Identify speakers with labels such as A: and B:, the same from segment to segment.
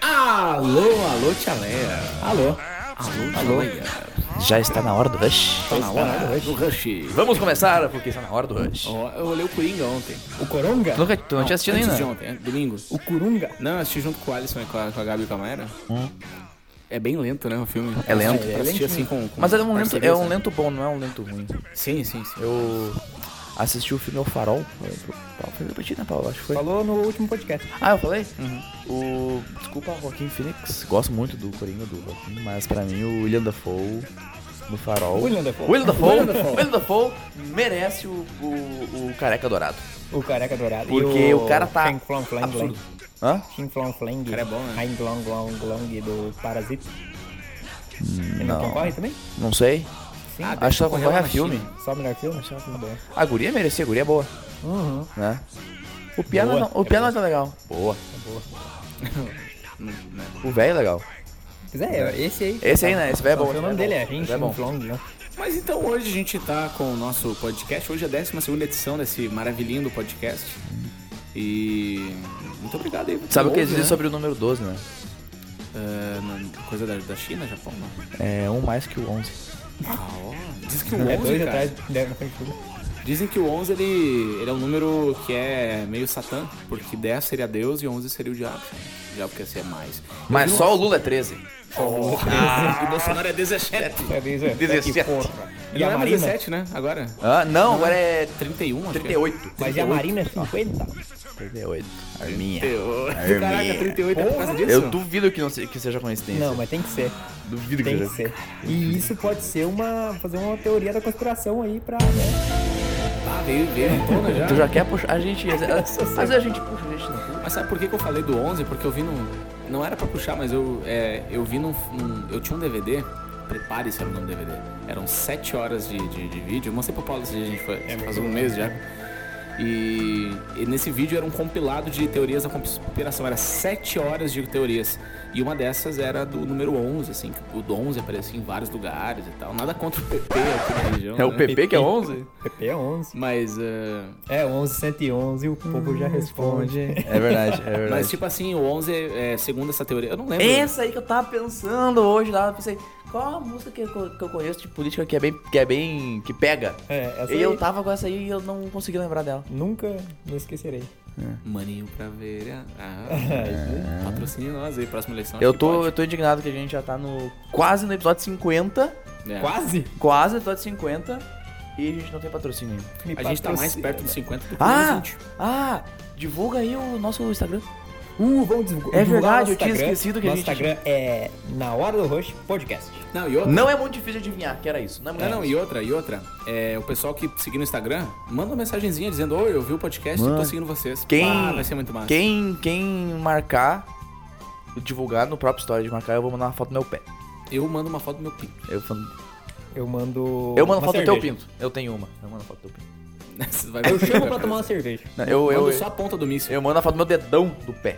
A: Alô, alô, tia Leia.
B: Alô,
A: Alô, tia
B: Alô.
A: Leia.
B: já está na hora do rush?
A: Tá na hora do Rush.
B: Vamos começar, porque está na hora do rush.
A: Ó, eu olhei o Coringa ontem.
C: O Coronga?
B: Nunca, tu não tinha assistido
A: antes
B: ainda?
A: de ontem, é, domingo.
C: O Curunga?
A: Não, eu assisti junto com o Alisson e com a, com a Gabi e com a Mayra. É bem lento, né, o filme.
B: Hum. É lento.
A: Pra assistir assim com... com
B: Mas é um, lento, é
A: parcerias,
B: um
A: né?
B: lento bom, não é um lento ruim.
A: Sim, sim, sim.
B: Eu assisti o filme O Farol. Foi- Foi repetido, né, Paulo? Acho que foi.
C: Falou no último podcast.
B: Ah, eu falei? O... Desculpa, Joaquim Phoenix. Gosto muito do Coringa do Joaquim, mas pra mim o William Dafoe no Farol.
C: William Dafoe.
B: William Dafoe,
C: William Dafoe.
B: William Dafoe merece o, o, o Careca Dourado.
C: O careca dourado.
B: Porque
C: E
B: o cara tá
C: Feng Flong Flang Lang.
B: absurdo. Hã?
C: Feng Flong Flang.
A: cara é bom, né?
C: Feng Flong Long Long do Parasita. Ele não
B: Hum, não.
C: concorre também?
B: Não sei.
C: Sim.
A: Ah,
B: Acho que
A: Correu
B: ela concorre a
A: na
B: filme.
A: China.
C: Só o melhor filme? Acho que bom.
B: A guria merecia, a guria é boa,
C: Uhum.
B: né? O piano,
C: Boa,
B: não, o piano tá legal. Boa.
A: né?
B: O velho é legal.
C: Pois é, esse aí.
B: Esse aí, né? Esse velho é bom.
C: O nome
B: esse
C: dele é
B: velho
C: Rin
B: bom.
C: Feng Flong. né?
A: Mas então hoje a gente tá com o nosso podcast. Hoje é a 12 edição desse maravilhinho do podcast. E. Muito obrigado aí.
B: Sabe o que eles
A: Ouve,
B: dizem
A: né?
B: sobre o número 12, né?
A: Ah, na- coisa da, da China, Japão? Não.
B: É um mais que o 11.
A: Ah, ó. Diz que o
C: É
A: 11,
C: dois
A: cara,
C: atrás da na frente do filme.
A: Dizem que o 11 ele, ele é um número que é meio satã, porque 10 seria Deus e 11 seria o diabo. O diabo quer ser mais.
B: Mas só o Lula é 13.
A: Ah, e Bolsonaro é 17.
C: É 17.
B: Dezessete.
C: porra. E
A: Ele não
C: a
A: é mais
C: Marina?
A: 17, né? Agora?
B: Ah, não, agora é
A: 31, acho que é.
B: 38.
C: Mas e a
B: Ah.
C: Marina é 50?
B: 38. Arminha.
A: 38. Caraca, 38 é por causa disso?
B: Eu duvido que, não se- que seja coincidência.
C: Não, mas tem que ser.
B: Duvido que
C: Tem que
B: seja.
C: ser. E isso pode ser uma. fazer uma teoria da conspiração aí pra. né?
A: Ah, veio, veio em tona já.
B: Tu já quer puxar? A gente. Às às- às vezes a gente puxa a gente não.
A: Mas sabe por que, que eu falei do 11? Porque eu vi num. Não era pra puxar, mas eu, é, eu vi num, num- Eu tinha um DVD. Prepare-se era o nome do DVD. Eram 7 horas de, de, de vídeo. Eu mostrei pro Paulo esse dia, a gente foi, faz um mês já. E, e nesse vídeo era um compilado de teorias da conspiração. Era 7 horas de teorias. E uma dessas era do número 11, assim. Que o do 11 aparecia em vários lugares e tal. Nada contra o PP aqui na região.
B: É o
A: né?
B: PP que é 11?
C: PP é 11.
A: Mas. eh,
C: É 11, 111, o povo
A: Hum,
C: já responde.
B: É verdade, é verdade.
A: Mas, tipo assim, o 11, é, segundo essa teoria. Eu não lembro.
B: Essa aí que eu tava pensando hoje lá, eu pensei, qual a música que eu, que eu conheço de política que é bem. que é bem. que pega?
C: É, essa
B: E eu tá-
C: aí.
B: tava com essa aí e eu não consegui lembrar dela.
C: Nunca me esquecerei.
A: Maninho pra ver. ah,
C: É.
A: Ah, patrocine nós aí, próxima eleição.
B: Eu
A: acho que
B: tô, eu
A: pode.
B: tô indignado que a gente já tá no. quase no episódio 50.
A: É.
C: Quase?
B: Quase episódio 50. E a gente não tem patrocínio ainda.
C: Me
A: A gente tá mais
C: patrocina.
A: perto dos 50 do que dos
B: Ah!
A: 20.
B: Ah! Divulga aí o nosso Instagram.
C: Uh, vamos divulgar.
B: É
C: divulgar
B: verdade,
C: nosso
B: eu tinha
C: Instagram.
B: esquecido que a
C: nosso
B: gente-
C: Instagram é Na Hora do Rush Podcast.
A: Não, e outra.
B: Não é muito difícil adivinhar que era isso. Não é muito
A: Não, não,
B: difícil.
A: e outra, e outra. É, o pessoal que seguir no Instagram, manda uma mensagenzinha dizendo: Oi, eu vi o podcast e tô
B: Mano.
A: seguindo vocês.
B: Quem-
A: Ah, vai ser muito massa.
B: Quem, quem marcar, divulgar no próprio story de marcar, eu vou mandar uma foto do meu pé.
A: Eu mando uma foto do meu pinto.
B: Eu, falo-
C: Eu mando.
B: eu mando
C: uma
B: foto do teu
C: cerveja.
B: pinto. Eu tenho uma. Eu mando foto do teu pinto.
A: Você vai
C: Eu
A: ver.
C: chamo pra tomar uma cerveja.
B: Não, eu, eu,
A: Mando só a ponta do míssil.
B: eu mando a foto do meu dedão do pé.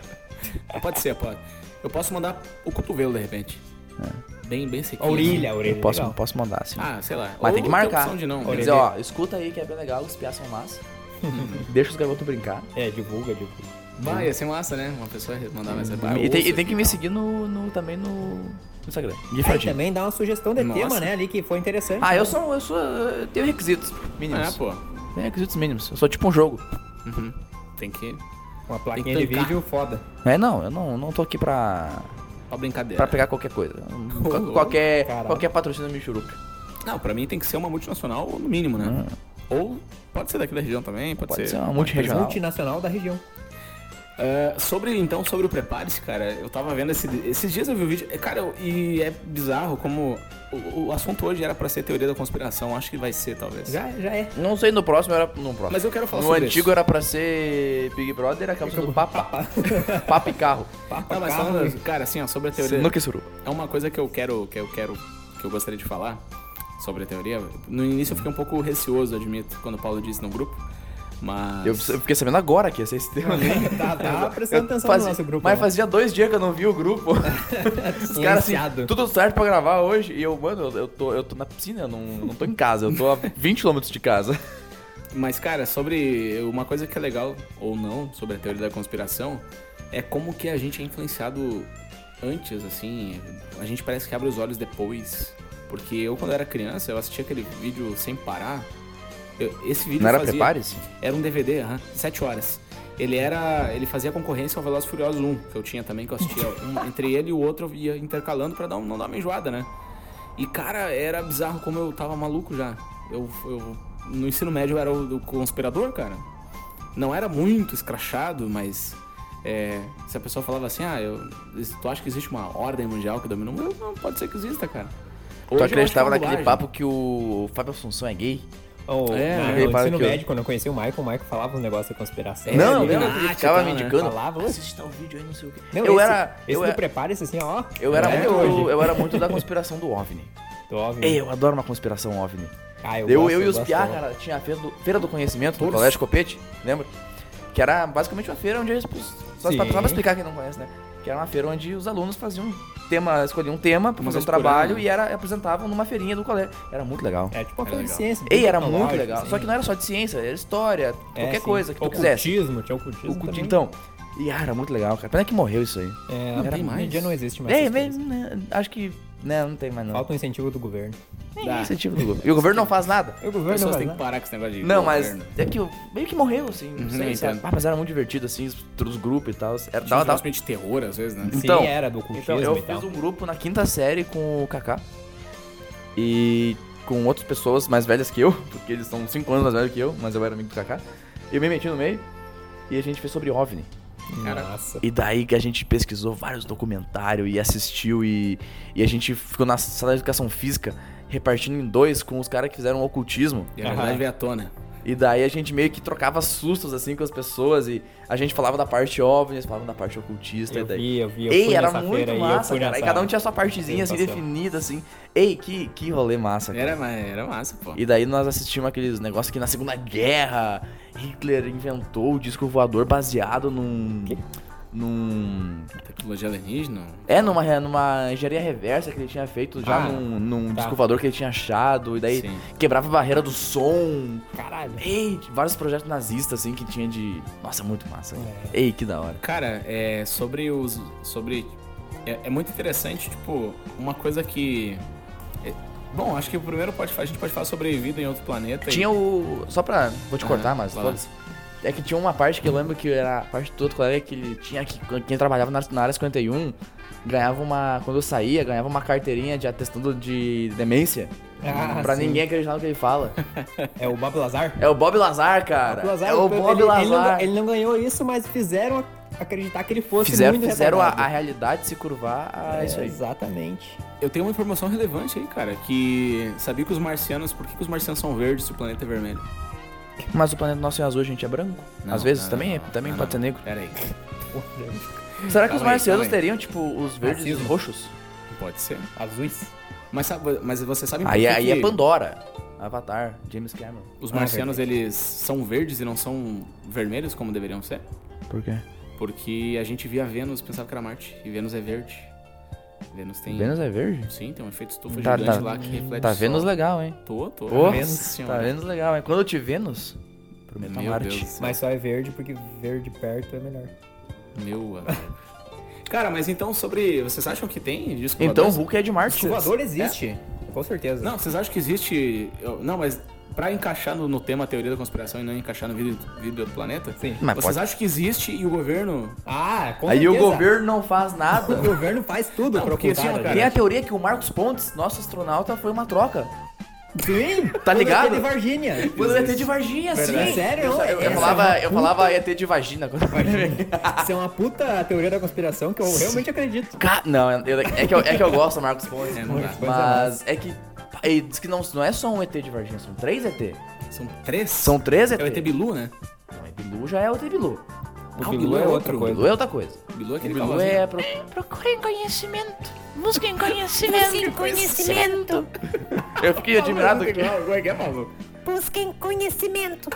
A: Pode ser, pode. Eu posso mandar o cotovelo de repente. Bem, bem sequinho.
C: A orelha, a orelha.
B: Eu posso,
C: legal.
B: posso mandar, assim.
A: Ah, sei lá.
B: É. Mas
A: Ou
B: tem que
A: Tem
B: marcar.
A: opção de não.
B: Quer dizer, ó, escuta aí que é bem legal, os piás são massa. Deixa os garotos brincar.
C: É, divulga, divulga.
A: Vai, ia ser massa, né? Uma pessoa mandar mensagem. pra-
B: Hum. e, tem, e
A: ouça
B: tem que me
A: tal.
B: seguir no, no- também no, no Instagram.
C: Aí
B: Guifardinho.
C: também dá uma sugestão de
A: Nossa.
C: tema, né, ali, que foi interessante.
B: Ah, eu sou. Eu sou. Eu tenho requisitos
A: É,
B: mínimos.
A: pô.
B: Tenho requisitos mínimos. Eu sou tipo um jogo.
A: Tem que.
C: Uma plaquinha
A: Tem
C: de
A: que tancar.
C: vídeo foda.
B: É, não, eu não, não tô aqui pra.
A: Pra brincadeira.
B: pra pegar qualquer coisa. Qual-
A: louco.
B: qualquer,
C: Caralho.
B: qualquer patrocínio me churuca.
A: Não, pra mim tem que ser uma multinacional no mínimo, né? Ou pode ser daqui da região também, pode,
B: É. Pode
A: ser.
B: ser uma multirregional.
C: Multinacional da região.
A: Ah, sobre, então, sobre o Prepare-se, cara, eu tava vendo esse- esses dias eu vi o vídeo. é, Cara, eu- e é bizarro como. O, o assunto hoje era pra ser teoria da conspiração, acho que vai ser, talvez.
C: Já, já é.
B: Não sei, no próximo era. No próximo.
A: Mas eu quero falar
B: no
A: sobre
B: antigo
A: isso.
B: era pra ser Big Brother, acabou sendo papa. papa e carro.
A: Não, Tá, mas
C: Carro
A: falando, cara, assim, ó, sobre a teoria.
B: tá No que suruba.
A: É uma coisa que eu quero, que eu quero, que eu gostaria de falar sobre a teoria. No início eu fiquei um pouco receoso, admito, quando o Paulo disse no grupo. Mas.
B: Eu eu fiquei sabendo agora que ia ser esse tema.
C: Tá, tá prestando atenção
B: Fazia-
C: no nosso grupo.
B: Mas
C: né?
B: fazia dois dias que eu não vi o grupo. Os caras assim,
C: Silenciado.
B: tudo certo pra gravar hoje. E eu, mano, eu- eu tô, eu tô na piscina, eu não, não tô em casa. Eu tô a 20km de casa.
A: Mas, cara, sobre uma coisa que é legal ou não sobre a teoria da conspiração é como que a gente é influenciado antes, assim. A gente parece que abre os olhos depois. Porque eu, quando era criança, eu assistia aquele vídeo sem parar. Eu- esse vídeo
B: Não era
A: fazia-
B: Prepare-se?
A: Era um DVD, aham, de 7 horas. Ele era. Ele fazia concorrência ao Velozes e Furiosos 1, que eu tinha também, que eu assistia um, entre ele e o outro, eu ia intercalando pra dar, um- não dar uma enjoada, né? E cara, era bizarro como eu tava maluco já. Eu, eu- no ensino médio eu era o, o conspirador, cara. Não era muito escrachado, mas é, se a pessoa falava assim, ah, eu, tu acha que existe uma ordem mundial que domina o mundo? Não, pode ser que exista, cara. Hoje eu
B: tu
A: acho é
B: acreditava
A: uma
B: naquele
A: bobagem.
B: papo que o Fábio Assunção é gay?
C: Ou,
A: É,
C: na-
A: eu
C: no
B: reparo
C: ensino
B: que eu-
C: médio, quando eu conheci o Michael, o Michael falava um negócio da conspiração.
A: É,
B: não,
A: ele
B: lembra
A: era
B: que ele
A: nazi,
B: ficava
A: tá,
B: me
A: né?
B: indicando?
C: Falava, "Ô,
B: Assiste tal vídeo aí, não sei o quê.
C: Não,
B: eu
C: esse,
B: era.
C: Esse
B: Eu
C: do
B: era,
C: prepare-se assim, ó.
B: eu era
C: é
B: muito.
C: hoje.
B: Eu era muito da conspiração do OVNI.
C: Do óbvio.
B: Ei, eu adoro uma conspiração OVNI.
C: Ah,
B: Eu,
C: eu,
B: eu,
C: gosto,
B: e os
C: gosto.
B: piá, cara, tinha a feira do, feira do conhecimento no
A: Todos.
B: Colégio Copete, lembra? Que era basicamente uma feira onde eles. Só,
C: Sim.
B: pra, só pra explicar quem não conhece, né? Que era uma feira onde os alunos faziam um tema, escolhiam um tema pra
A: Uma
B: fazer um
A: vez por
B: trabalho
A: ano.
B: e era, apresentavam numa feirinha do colégio. Era muito legal.
C: né? É tipo uma
A: Era
C: feira de
A: legal.
C: ciência. bem
B: Ei, era
C: tecnológica,
B: muito legal.
C: assim.
B: Só que não era só de ciência, era história,
C: É,
B: qualquer
C: sim.
B: coisa que tu quisesse.
C: Ocultismo, tinha ocultismo.
B: O Guti,
C: também.
B: então. E ah, era muito legal, cara. Pena que morreu isso aí.
C: É,
A: Não
C: hoje
A: tem
C: em
A: mais.
C: dia não existe mais.
B: É,
C: essas
B: mas,
C: coisas.
B: né, acho que. né, Não, não tem mais não.
C: Falta um incentivo do governo.
B: Nem
A: Dá.
B: iniciativa do governo. E o governo não faz nada.
C: O
A: As
C: governo
A: pessoas
C: vai
A: têm
C: lá.
A: que parar com esse negócio de.
B: Não, mas
A: governo. Tipo,
B: é que eu- meio que morreu, assim. Não
A: Uhum,
B: sei,
A: eu
B: sabe?
A: entendo.
B: Ah, mas era muito divertido, assim, os- todos os grupos e tal. Era,
A: Tinha
B: dava-
A: um
B: dava-
A: negócio meio de terror, às vezes, né?
B: Então,
C: Sim, era do ocultismo
B: Então, eu
C: e tal.
B: fiz um grupo na quinta série com o Kaká. E com outras pessoas mais velhas que eu, porque eles são 5 anos mais velhos que eu, mas eu era amigo do Kaká. Eu me meti no meio e a gente fez sobre OVNI.
A: Cara,
C: Nossa.
B: E daí que a gente pesquisou vários documentários e assistiu e, e a gente ficou na sala de educação física repartindo em dois com os caras que fizeram ocultismo.
A: E a
C: Aham.
A: verdade veio à tona.
B: E daí a gente meio que trocava sustos assim com as pessoas e a gente falava da parte OVNI, eles falavam da parte ocultista e
C: Eu
B: daí.
C: vi, eu vi. Eu
B: Ei,
C: fui
B: era
C: nessa feira
B: muito
C: aí, eu
B: massa,
C: fui
B: cara. E
C: nessa-
B: cada um tinha sua partezinha assim
C: apresentação.
B: definida assim. Ei, que, que rolê massa, cara.
A: Era, ma- era massa,
C: É.
A: pô.
B: Tá E daí nós assistimos aqueles negócios que na Segunda Guerra Hitler inventou o disco voador baseado num
C: Que?
B: num
A: Tecnologia alienígena.
B: é, numa, re- numa engenharia reversa que ele tinha feito já
C: Ah,
B: num, num
C: tá.
B: disco voador que ele tinha achado, e daí
A: Sim.
B: quebrava a barreira do som,
C: Caralho.
B: Ei, vários projetos nazistas, assim, que tinha de. Nossa, muito massa. né? Ei, que da hora.
A: Cara, é sobre os. Sobre. É, é muito interessante, tipo, uma coisa que. é- bom, acho que o primeiro pode, a gente pode falar sobre vida em outro planeta.
B: Tinha um- o. Só pra. Vou te
A: Aham,
B: cortar, mas.
A: vai lá.
B: foda-se. É que tinha uma parte que eu lembro que era a parte do outro colega que ele tinha que. Quem trabalhava na, na área 51 ganhava uma. Quando eu saía, ganhava uma carteirinha de atestado de demência.
C: Ah,
B: pra
C: sim.
B: ninguém acreditar no que ele fala.
C: É o Bob Lazar?
B: É o Bob Lazar, cara.
C: Bob Lazar,
B: é o
C: ele-
B: Bob
C: ele, Ele não,
B: Lazar.
C: ele não ganhou isso, mas fizeram ac- acreditar que ele fosse
B: Fizeram,
C: muito
B: fizeram a, a
C: retardado.
B: realidade se curvar a isso
C: É,
B: aí.
C: Exatamente.
A: Eu tenho uma informação relevante aí, cara, que sabia que os marcianos. Por que, que os marcianos são verdes se o planeta é vermelho?
B: Mas o planeta nosso é azul, gente, é branco.
A: Não,
B: Às vezes
A: não,
B: também, é-
A: não,
B: também
A: não,
B: pode
A: não.
B: ser negro.
A: Pera aí.
B: Será que
A: Calma
B: os
A: aí,
B: marcianos
A: calma aí.
B: teriam, tipo, os verdes e os
C: Racismo.
B: roxos?
A: Pode ser.
C: Azuis.
A: Mas, sabe, mas você sabe por
B: Aí,
A: que
B: aí é
A: que
B: Pandora, Avatar, James Cameron.
A: Os
C: Ah,
A: marcianos, eles são verdes e não são vermelhos como deveriam ser?
B: Por quê?
A: Porque a gente via Vênus, pensava que era Marte, e Vênus é verde. Vênus tem.
B: Vênus é verde?
A: Sim, tem um efeito estufa
B: Tá,
A: gigante
B: tá.
A: lá que reflete.
B: Tá
A: o sol.
B: Vênus legal, hein?
A: Tô, tô.
B: Pô,
A: Nossa
B: tá
A: senhora.
B: Vênus legal, hein? Quando eu te Vênus, prometo
A: Meu
B: Marte.
A: Deus do céu.
C: Mas só é verde porque verde perto é melhor.
A: Meu amigo. Cara, mas então sobre. Vocês acham que tem disco
B: Então o
A: voador?
B: Hulk é de Marte.
C: O voador existe, É. com certeza.
A: Não, vocês acham que existe. eu- Não, mas pra encaixar no, no tema teoria da conspiração e não encaixar no vídeo, vídeo do planeta.
C: Sim.
B: Mas
A: vocês
B: pode...
A: acham que existe e o governo.
C: Ah, com
B: Aí o
C: certeza.
B: governo não faz
C: O
B: nada.
C: governo faz tudo
A: Não,
C: pra
A: porque
C: ocultar.
A: assim, ó,
C: a
A: cara,
B: Tem a
C: gente.
B: teoria que o Marcos Pontes, nosso astronauta, foi uma troca.
C: Sim,
B: Tá ligado?
C: De Varginha.
B: Quando eu ia ter de Varginha,
C: Verdade.
B: sim.
C: Sério,
B: Eu,
C: não,
B: eu,
C: essa é uma
B: falava, eu falava ia ter de vagina. Quando...
C: Isso é uma puta teoria da conspiração que eu realmente acredito.
B: Ca- Não, eu- é, que eu, é que eu gosto do Marcos Pontes.
A: É, não dá.
C: Pois é,
B: Mas é que. Ele diz que não, não é só um ET de Varginha, são três ET.
A: São três?
B: São três ET.
A: É o ET Bilu, né?
B: Não, é Bilu já é o ET Bilu.
A: Ah, o Bilu é outra coisa.
B: Bilu é outra coisa.
A: Bilu é
B: O
A: aquele
B: Bilu
A: cavalinho.
B: é. Pro...
D: Procurem conhecimento. Busquem conhecimento. Busquem conhecimento.
B: Eu fiquei admirado que.
A: Como é que é, Paulo?
D: Busquem conhecimento.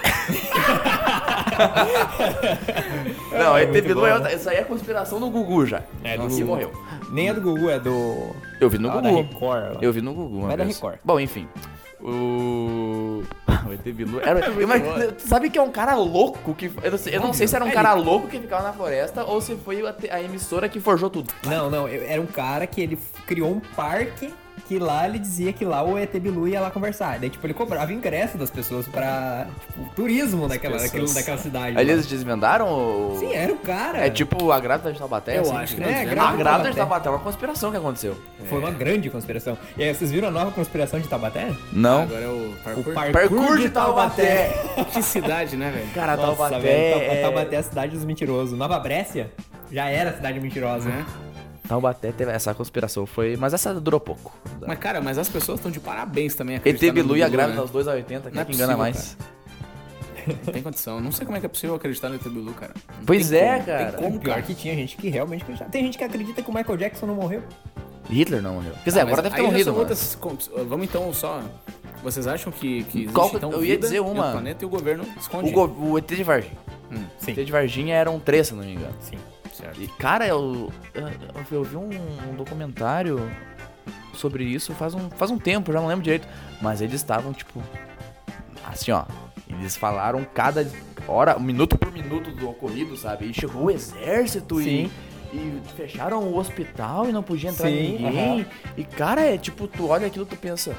B: Não, ET Bilu
C: bom,
B: é
C: né?
B: outra. Isso aí é conspiração do Gugu já.
C: É,
B: Nossa,
C: do
B: e
C: Gugu.
B: morreu.
C: Nem é do Gugu, é do.
B: Eu vi no
C: Ah, da
B: Gugu.
C: Record.
B: Eu vi no Gugu, uma
C: Vai da
B: vez.
C: Record.
B: Bom, enfim. é- O. Vai ter Bilu. Era,
A: É
B: imagina- sabe que é um cara louco que. Eu não sei, eu não sei se era um cara louco que ficava na floresta ou se foi a, te- a emissora que forjou tudo.
C: Não, não, eu- era um cara que ele f- criou um parque que lá ele dizia que lá o ET Bilu ia lá conversar. Daí, tipo, ele cobrava ingresso das pessoas pra, tipo, turismo daquela,
A: pessoas.
C: daquilo- daquela cidade. lá.
B: Aí eles desvendaram o.
C: Sim, era o cara.
B: É tipo a grávida de Taubaté,
A: Eu
B: assim?
A: acho que
C: É,
A: não.
B: A
C: grávida de
B: grávida de
C: Taubaté.
B: Taubaté é uma conspiração que aconteceu.
C: Foi uma grande conspiração. E aí, vocês viram a nova conspiração de Tabaté?
B: Não.
A: Agora é o parkour.
C: O parkour,
B: Parkour de
C: de Taubaté.
B: Taubaté.
A: Que cidade, né, velho?
B: Cara,
C: Nossa,
B: Taubaté.
C: velho, Tau-
B: é-
C: Taubaté é a cidade dos mentirosos. Nova Brécia já era a cidade mentirosa.
B: Uhum.
A: Né?
B: Taubaté teve essa conspiração, foi. Mas essa durou pouco.
A: Mas, cara, mas as pessoas estão de parabéns também.
B: ET
A: acreditando no
B: Bilu e a grávida
A: né?
B: aos 2 a 80, quem
A: Não é
B: que
A: possível,
B: engana mais?
A: Não tem condição. Não sei como é que é possível acreditar no ET Bilu, cara. Não
B: Pois
A: tem como,
B: é,
A: não tem
B: cara.
A: como,
C: Pior que tinha gente que realmente acreditava. Tem gente que acredita que o Michael Jackson não morreu.
B: Hitler não morreu. Quer dizer,
A: Ah,
B: É, agora
A: mas
B: deve
A: aí
B: ter um
A: já
B: morrido, né?
A: são
B: mano.
A: outras comps- Vamos então só. Vocês acham que, que existe,
B: Qual que-
A: então,
B: eu ia
A: vida
B: dizer
A: em outro
B: uma.
A: planeta e o governo esconde?
B: O, go- o ET de Varginha.
C: Sim.
B: O ET de Varginha eram três, se não me engano.
C: Sim.
A: Certo.
B: E, cara, eu, eu- eu vi um, um documentário sobre isso faz um, faz um tempo, já não lembro direito. Mas eles estavam, tipo, assim, ó. Eles falaram cada hora, minuto por minuto do ocorrido, sabe? E chegou o exército e,
C: Sim.
B: e fecharam o hospital e não podia entrar
C: Sim,
B: ninguém.
C: aham.
B: E, cara, é tipo, tu olha aquilo e tu pensa...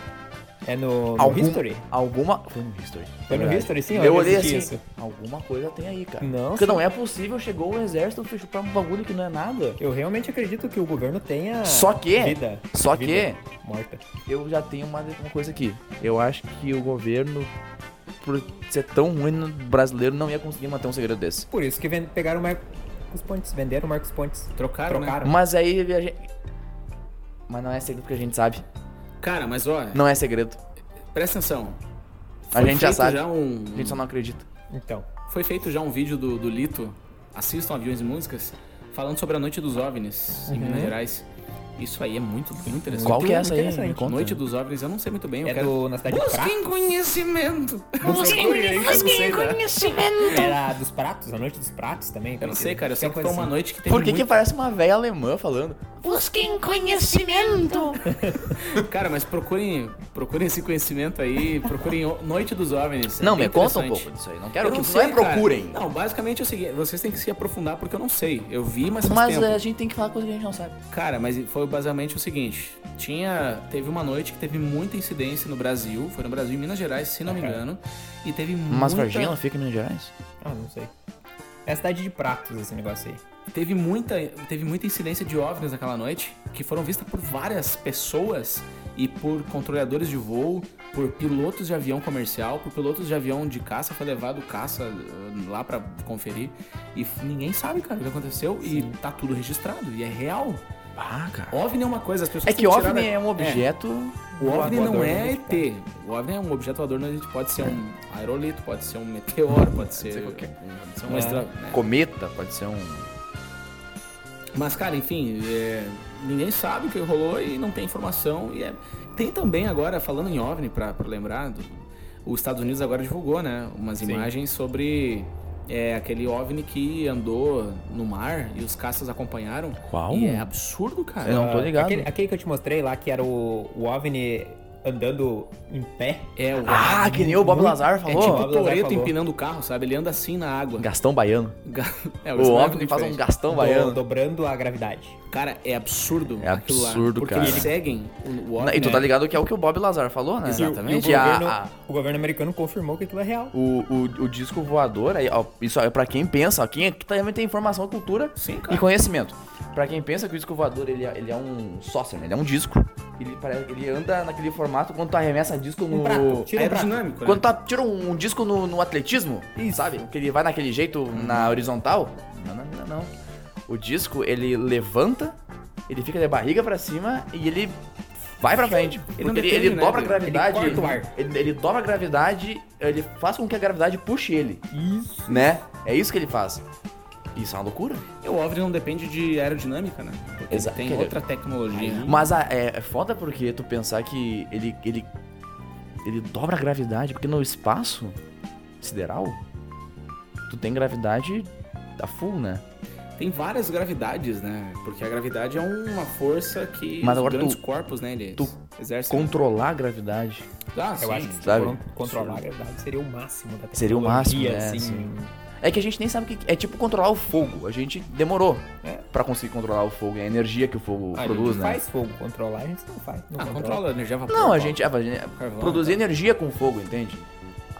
C: É no, no
B: Algum-
C: History.
B: Alguma... Foi no History.
C: Foi no
B: verdade.
C: History, sim,
B: Eu,
C: eu
B: olhei assim,
C: assisti isso.
B: alguma coisa tem aí, cara.
C: Não,
B: Porque
C: sim.
B: não é possível, chegou o exército, fechou pra um bagulho que não é nada.
C: Eu realmente acredito que o governo tenha
B: Só que-
C: vida.
B: só
C: vida Morta.
B: Eu já tenho uma, uma coisa aqui. Eu acho que o governo, por ser tão ruim, o brasileiro não ia conseguir manter um segredo desse.
C: Por isso que ven- pegaram o Marcos Pontes, venderam o Marcos Pontes.
A: Trocaram,
C: Trocaram.
A: né?
B: Mas aí a gente... Mas não é segredo que a gente sabe.
A: Cara, mas ó,
B: Não é segredo.
A: presta atenção.
B: A gente já
A: feito
B: sabe.
A: Já um,
B: A gente só não acredita.
C: Então.
A: Foi feito já um vídeo do, do Lito, assistam Aviões e Músicas, falando sobre a Noite dos OVNIs em Minas Gerais. Isso aí é muito, muito interessante.
B: Uhum.
A: um
B: Qual que é
C: muito
B: essa aí? Me
C: interessante.
B: conta.
A: Noite dos OVNIs, eu não sei muito bem, eu
C: É
A: quero...
C: do, na
B: Tá
C: cidade de Pratos.
A: conhecimento!
D: Busquem,
A: né?
D: busquem conhecimento.
C: Era É dos pratos, a noite dos pratos também.
A: Eu não
C: conhecida.
A: sei, cara, eu sei que foi
C: coisa
A: uma
C: assim.
A: noite que teve
B: Por que que
A: muito...
B: parece uma velha alemã falando?
D: Busquem conhecimento.
B: é
A: Cara, mas procurem, procurem esse conhecimento aí, procurem o- Noite dos OVNIs. é
B: não,
A: bem
B: me conta um
A: interessante.
B: pouco disso aí. Não quero
A: Eu
B: que
A: não
B: não é
A: sei, cara.
B: procurem.
A: Não, basicamente é o seguinte, vocês têm que se aprofundar porque eu não sei. Eu vi, mas faz
B: Mas
A: tempo.
B: eh, a gente tem que falar coisa que a gente não sabe.
A: Cara, mas foi basicamente o seguinte: tinha, teve uma noite que teve muita incidência no Brasil, foi no Brasil, em Minas Gerais, se não me
C: Aham.
A: engano, e teve
B: Mas
A: muita,
B: Varginha, ela fica em Minas Gerais?
C: Ah, não sei. É a cidade de pratos esse negócio aí.
A: teve muita, teve muita incidência de OVNIs naquela noite, que foram vistas por várias pessoas e por controladores de voo, por pilotos de avião comercial, por pilotos de avião de caça, foi levado caça eh, lá pra conferir e f- ninguém sabe, cara, o que aconteceu e tá tudo registrado e é real.
B: Ah, cara.
A: OVNI é uma coisa, as pessoas
B: É
A: têm
B: que
A: tirar da-
B: OVNI é um objeto...
A: O OVNI não
C: voador,
A: é
C: né?
A: ET. O OVNI é um objeto voador, mas a gente pode
B: É.
A: ser um aerolito, pode ser um meteoro, pode ser... Pode ser
B: um.
A: uma
C: É.
A: extra... né?
B: Cometa, pode ser um...
A: Mas, cara, enfim, é, ninguém sabe o que rolou e não tem informação. E é- Tem também agora, falando em OVNI, pra, pra lembrar, do- os Estados Unidos agora divulgou, né? Umas imagens sobre é, aquele OVNI que andou no mar e os caças acompanharam.
B: Qual?
A: E é absurdo, cara.
B: Eu não tô
C: Ah,
B: ligado.
C: Aquele, aquele que eu te mostrei lá, que era o, o OVNI andando em pé.
A: É o...
B: Ah, que nem o Bob Lazar
A: É
B: falou.
A: tipo o
C: Bob Lazar
A: Toreto
C: falou.
A: empinando o carro, sabe? Ele anda assim na água.
B: Gastão baiano.
A: Ga- É,
B: O
A: Snap
B: OVNI faz um
A: diferente.
B: gastão
C: do-
B: baiano.
C: dobrando a gravidade.
A: Cara, é absurdo.
B: É
A: aquilo lá,
B: absurdo,
A: porque
B: cara.
A: eles seguem o, o
B: Na-
A: OVNI.
B: E tu tá
A: né?
B: ligado que é o que o Bob Lazar falou, né?
A: E o- Ah, Exatamente.
B: Que
C: E o, governo,
B: a, a-
C: o governo americano confirmou que aquilo é real.
B: o, o, o disco voador, aí, ó, isso é pra quem pensa, ó, quem aqui também tem informação, cultura
A: Sim,
B: e
A: cara.
B: conhecimento. Pra quem pensa que o disco voador, ele é, ele é um saucer, né? Ele é um disco. Ele, parece- ele anda naquele formato quando tu arremessa disco no...
C: prato, tira um prato.
A: Aerodinâmico, né?
B: Quando tu tira um, um disco no, no atletismo, sabe? Que ele vai naquele jeito, na horizontal. Não, não, não, não. O disco, ele levanta, ele fica de barriga pra cima e ele vai pra frente. Porque Ele,
A: não
B: ele,
A: depende, né,
B: dobra a
A: Diego?
B: gravidade.
C: Ele corta o ar.
B: ele- ele dobra a gravidade, ele faz com que a gravidade puxe ele,
C: Isso.
B: né? É isso que ele faz. Isso é uma loucura.
A: O OVNI não depende de aerodinâmica, né? Porque
B: Exato. é
A: tem outra tecnologia.
B: Mas a- é, é foda porque tu pensar que ele, ele, ele dobra a gravidade, porque no espaço sideral, tu tem gravidade a full, né?
A: Tem várias gravidades, né? Porque a gravidade é uma força que
B: Mas
A: os
B: agora
A: grandes
B: tu-
A: corpos, né? Eles...
B: Tu
A: Exército.
B: Controlar a gravidade.
A: Ah,
C: Eu
A: sim.
C: acho que
B: sabe?
C: tipo, controlar a gravidade seria o máximo da tecnologia,
B: Seria o máximo, né,
C: assim.
B: assim. É que a gente nem sabe o que. É tipo controlar o fogo. A gente demorou né,
C: É.
B: pra conseguir controlar o fogo. É a energia que o fogo
C: Ah, A
B: produz,
C: gente
B: né?
C: faz fogo, controlar a gente não faz. Não
A: Ah, controla a energia a vapor.
B: Não, a
A: ó.
B: gente, a gente
A: Carvão,
B: produzir
C: então.
B: energia com fogo, entende?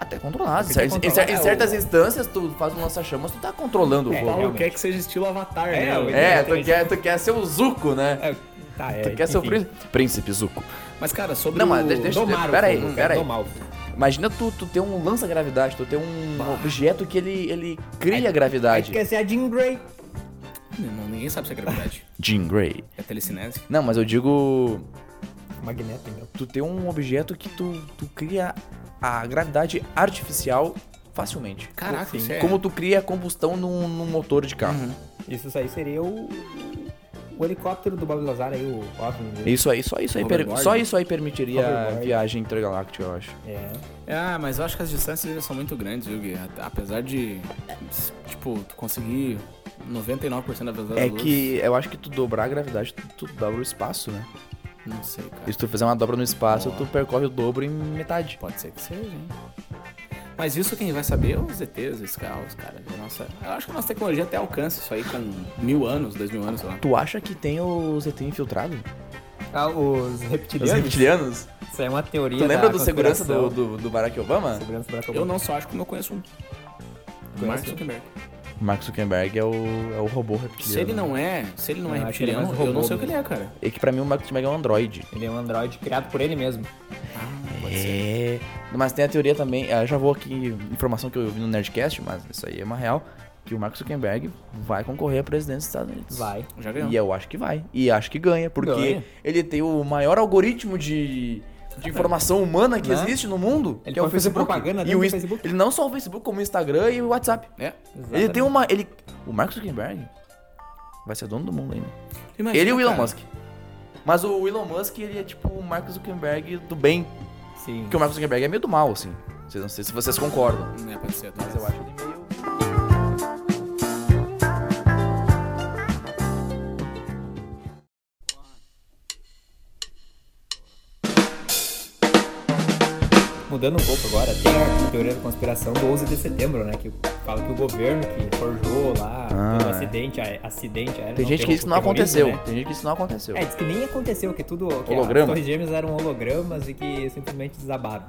B: Até controlar.
C: Até
B: Em, cer- em cer-
C: controlar,
B: em
C: é,
B: certas
C: o-
B: instâncias, tu faz um lança-chamas, tu tá controlando
C: É,
B: o
A: Paulo
B: fogo.
C: realmente.
A: quer que seja estilo Avatar,
C: É,
A: né?
C: eu-
B: É, tu
C: Exatamente.
B: quer, tu quer ser o Zuko, né?
C: É, tá, é,
B: tu quer ser o
C: enfim.
B: príncipe, príncipe Zuko.
A: Mas, cara, sobre
B: Não,
A: o...
B: mas deixa, deixa
C: Domar o
B: pera aí,
C: fogo,
B: pera aí.
C: domar o-
B: Imagina tu, tu ter um lança-gravidade, tu ter um objeto que ele, ele cria
C: Aí
B: gravidade.
C: tu quer ser é a Jean Grey.
A: Não, ninguém sabe se é gravidade.
B: Jean Grey.
A: É telecinese.
B: Não, mas eu digo.
C: Magneto, então.
B: Tu ter um objeto que tu, tu cria a gravidade artificial facilmente.
A: Caraca, isso é...
B: Como tu cria combustão num, num motor de carro.
C: Isso aí seria o... O helicóptero do Bob Lazar aí, o Ovni. né?
B: Isso aí, só isso aí, per-
A: Hoverboard.
B: só isso aí permitiria a
C: Hoverboard.
B: viagem intergaláctica, eu acho.
C: É.
A: Ah, mas eu acho que as distâncias ainda são muito grandes, viu, Gui? A- Apesar de, tipo, tu conseguir 99% da velocidade
B: É
A: da luz,
B: que eu acho que tu dobrar a gravidade, tu, tu dobra o espaço, né?
A: Não sei, cara.
B: E se tu fizer uma dobra no espaço,
A: Ó.
B: tu percorre o dobro em metade.
A: Pode ser que seja, hein? Mas isso quem vai saber é os ZTs, os carros, cara. A Nossa, eu acho que a nossa tecnologia até alcança isso aí com mil anos, dois mil anos, sei lá.
B: Tu acha que tem o ZT infiltrado?
C: Ah, os
B: Os
C: reptilianos?
B: reptilianos?
C: Isso é uma teoria
B: Tu lembra
C: da
B: do segurança do,
C: conspiração.
B: do, do Barack Obama?
C: Segurança da
A: Eu não só acho como eu conheço um.
C: Conhece
A: Mark
C: um?
A: Zuckerberg.
B: Mark Zuckerberg é o, é o robô reptiliano.
A: Se ele não é, se ele não é
C: Eu acho que ele é
A: reptiliano,
C: mais
A: eu não
C: robô
A: sei o que ele é, cara.
B: É que pra mim o Mark Zuckerberg é um androide.
C: Ele é um androide criado por ele mesmo.
B: É. Mas tem a teoria também, ah, já vou aqui, informação que eu vi no Nerdcast, mas isso aí é uma real, que o Mark Zuckerberg vai concorrer à presidência dos Estados Unidos.
C: Vai. tá
A: Já ganhou.
B: E eu acho que vai. E acho que ganha, porque
C: Ganha.
B: ele tem o maior algoritmo de, de informação humana que
C: Né?
B: existe no mundo,
C: Ele
B: que é o
C: pode fazer
B: Facebook.
C: propaganda
B: e
C: dentro
B: o
C: do
B: Inst-
C: Facebook.
B: Ele não só o Facebook, como o Instagram e o WhatsApp.
A: É.
B: Ele tem um uma. Ele... O Mark Zuckerberg vai ser dono do mundo ainda.
A: Imagina,
B: Ele e o Elon
A: cara.
B: Musk. Mas o Elon Musk, ele é tipo o Mark Zuckerberg do bem.
C: Sim.
B: Porque o Mark Zuckerberg é meio do mal, assim. Vocês não sei se vocês concordam.
A: É, pode ser.
B: Mas eu acho ele meio.
C: Mudando um pouco agora, tem a teoria da conspiração do 11 de setembro, né? Que fala que o governo que forjou lá
B: Ah,
C: todo o
B: é.
C: acidente, a- acidente aéreo.
B: Tem gente que
C: terror-
B: isso não
C: terrorismo,
B: aconteceu.
C: né?
B: Tem gente que isso não aconteceu.
C: É, diz que nem aconteceu, que tudo. Que
B: Holograma?
C: As torres gêmeas eram hologramas e que simplesmente desabaram.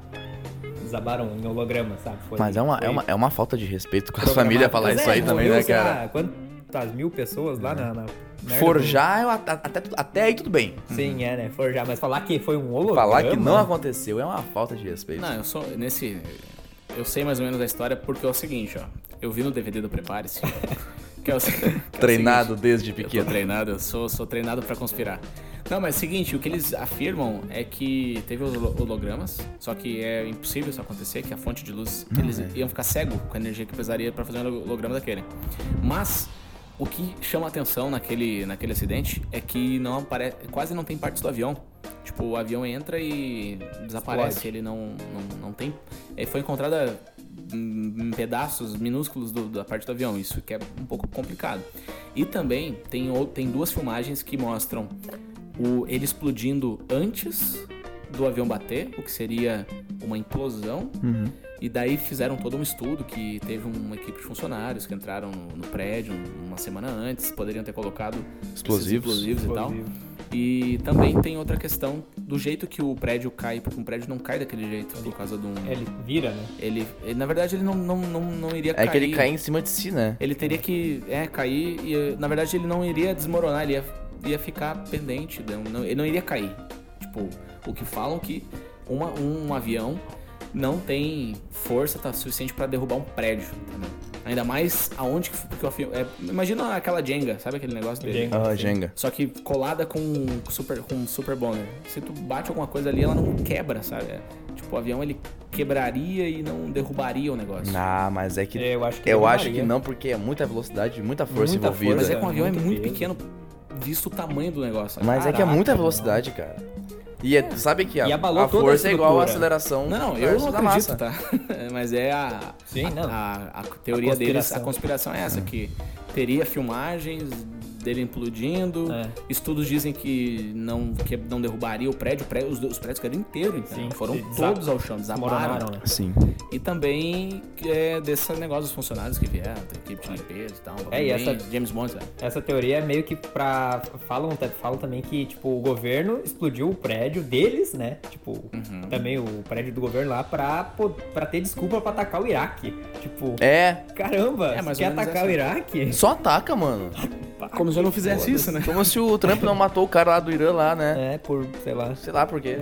C: Desabaram em holograma, sabe? Foi-
B: Mas é uma,
C: foi
B: é, uma, é uma falta de respeito com a
C: programado.
B: família falar
C: Mas
B: isso
C: é,
B: aí também, né,
C: morreu, sei
B: cara?
C: lá, Quantas mil pessoas lá na. na merda
B: Forjar, eu at- até, até aí tudo bem.
C: do- Sim, é, né? Forjar, mas falar que foi um holograma.
B: Falar que não aconteceu é uma falta de respeito.
A: Não, é eu sou nesse. Eu sei mais ou menos a história porque é o seguinte, ó. Eu vi no DVD do Prepare-se. que é o, se- que é o seguinte,
B: Treinado desde
A: eu
B: pequeno.
A: tô treinado, eu sou, sou treinado pra conspirar. Não, mas é o seguinte, o que eles afirmam é que teve os holo- hologramas, só que é impossível isso acontecer, que a fonte de luz, que eles iam ficar cego com a energia que precisaria pra fazer um holograma daquele. Mas o que chama atenção naquele, naquele acidente é que não aparece, quase não tem partes do avião. Tipo, o avião entra e desaparece, ele não, não, não tem. é, foi encontrada em pedaços minúsculos do- da parte do avião, isso que é um pouco complicado. E também tem, ou- tem duas filmagens que mostram o, ele explodindo antes do avião bater, o que seria uma implosão. E daí fizeram todo um estudo que teve uma equipe de funcionários que entraram no, no prédio uma semana antes, poderiam ter colocado esses
B: Explosivos.
A: explosivos
C: então,
A: e tal. E também tem outra questão do jeito que o prédio cai, porque um prédio não cai daquele jeito por causa de um.
C: Ele vira, né?
A: Ele, ele- na verdade, ele não, não, não, não iria
B: É
A: cair.
B: que ele cai em cima de si, né?
A: Ele teria que é, cair e, na verdade, ele não iria desmoronar, ele ia, ia ficar pendente, não, não- ele não iria cair. Tipo, o que falam que uma, um avião não tem força tá, suficiente pra derrubar um prédio. entendeu? Ainda mais aonde que. Porque o avião, é, imagina aquela Jenga, sabe aquele negócio dele?
C: Jenga.
B: Ah, Jenga.
A: Só que colada com um super, com um super bomber. Se tu bate alguma coisa ali, ela não quebra, sabe? É, tipo, o avião ele quebraria e não derrubaria o negócio.
B: Ah, mas é que.
C: Eu acho que
B: Eu
C: ele
B: acho
C: varia.
B: que não, porque é muita velocidade, muita força
C: Muita
B: envolvida.
A: Mas
C: força,
A: é que um avião é
C: muito
A: muito
C: peso.
A: pequeno, visto o tamanho do negócio. sabe?
B: Mas é que é
C: Caraca,
B: muita
C: mano.
B: velocidade, cara. E é- tu sabe que a,
C: E abalou
B: a
C: toda a
B: força é igual à
C: estrutura.
B: aceleração.
A: Não, não, eu
B: versus
A: não
B: da
A: acredito, tá? Mas é a,
C: Sim,
A: a,
B: Ah,
C: não.
A: a- a teoria
C: A
A: deles, a
C: conspiração.
A: conspiração é essa, que teria filmagens dele implodindo.
E: É.
A: Estudos dizem que não, que não derrubaria o prédio, o prédio- os, os prédios caíram inteiro, então.
E: Sim,
A: Foram
E: sim, desa-
A: todos ao chão, desabaram.
E: Moronaram, né?
B: Sim.
A: E também é, desse negócio dos funcionários que vieram, da equipe de limpeza e tal. um
C: É, e essa-
A: bem James Bond, né? velho.
C: Essa teoria é meio que pra. Falam, falam também que, tipo, o governo explodiu o prédio deles, né? Tipo,
B: Uhum.
C: também o prédio do governo lá pra, po- pra ter desculpa pra atacar o Iraque. Tipo,
B: É,
C: caramba,
A: É, mais
C: você
A: ou
C: quer
A: menos
C: atacar
A: essa.
C: o Iraque?
B: só ataca, mano.
A: Como se eu não fizesse isso, né?
B: Como se o Trump não matou o cara lá do Irã lá, né?
C: É, por, sei lá.
B: Sei lá por quê.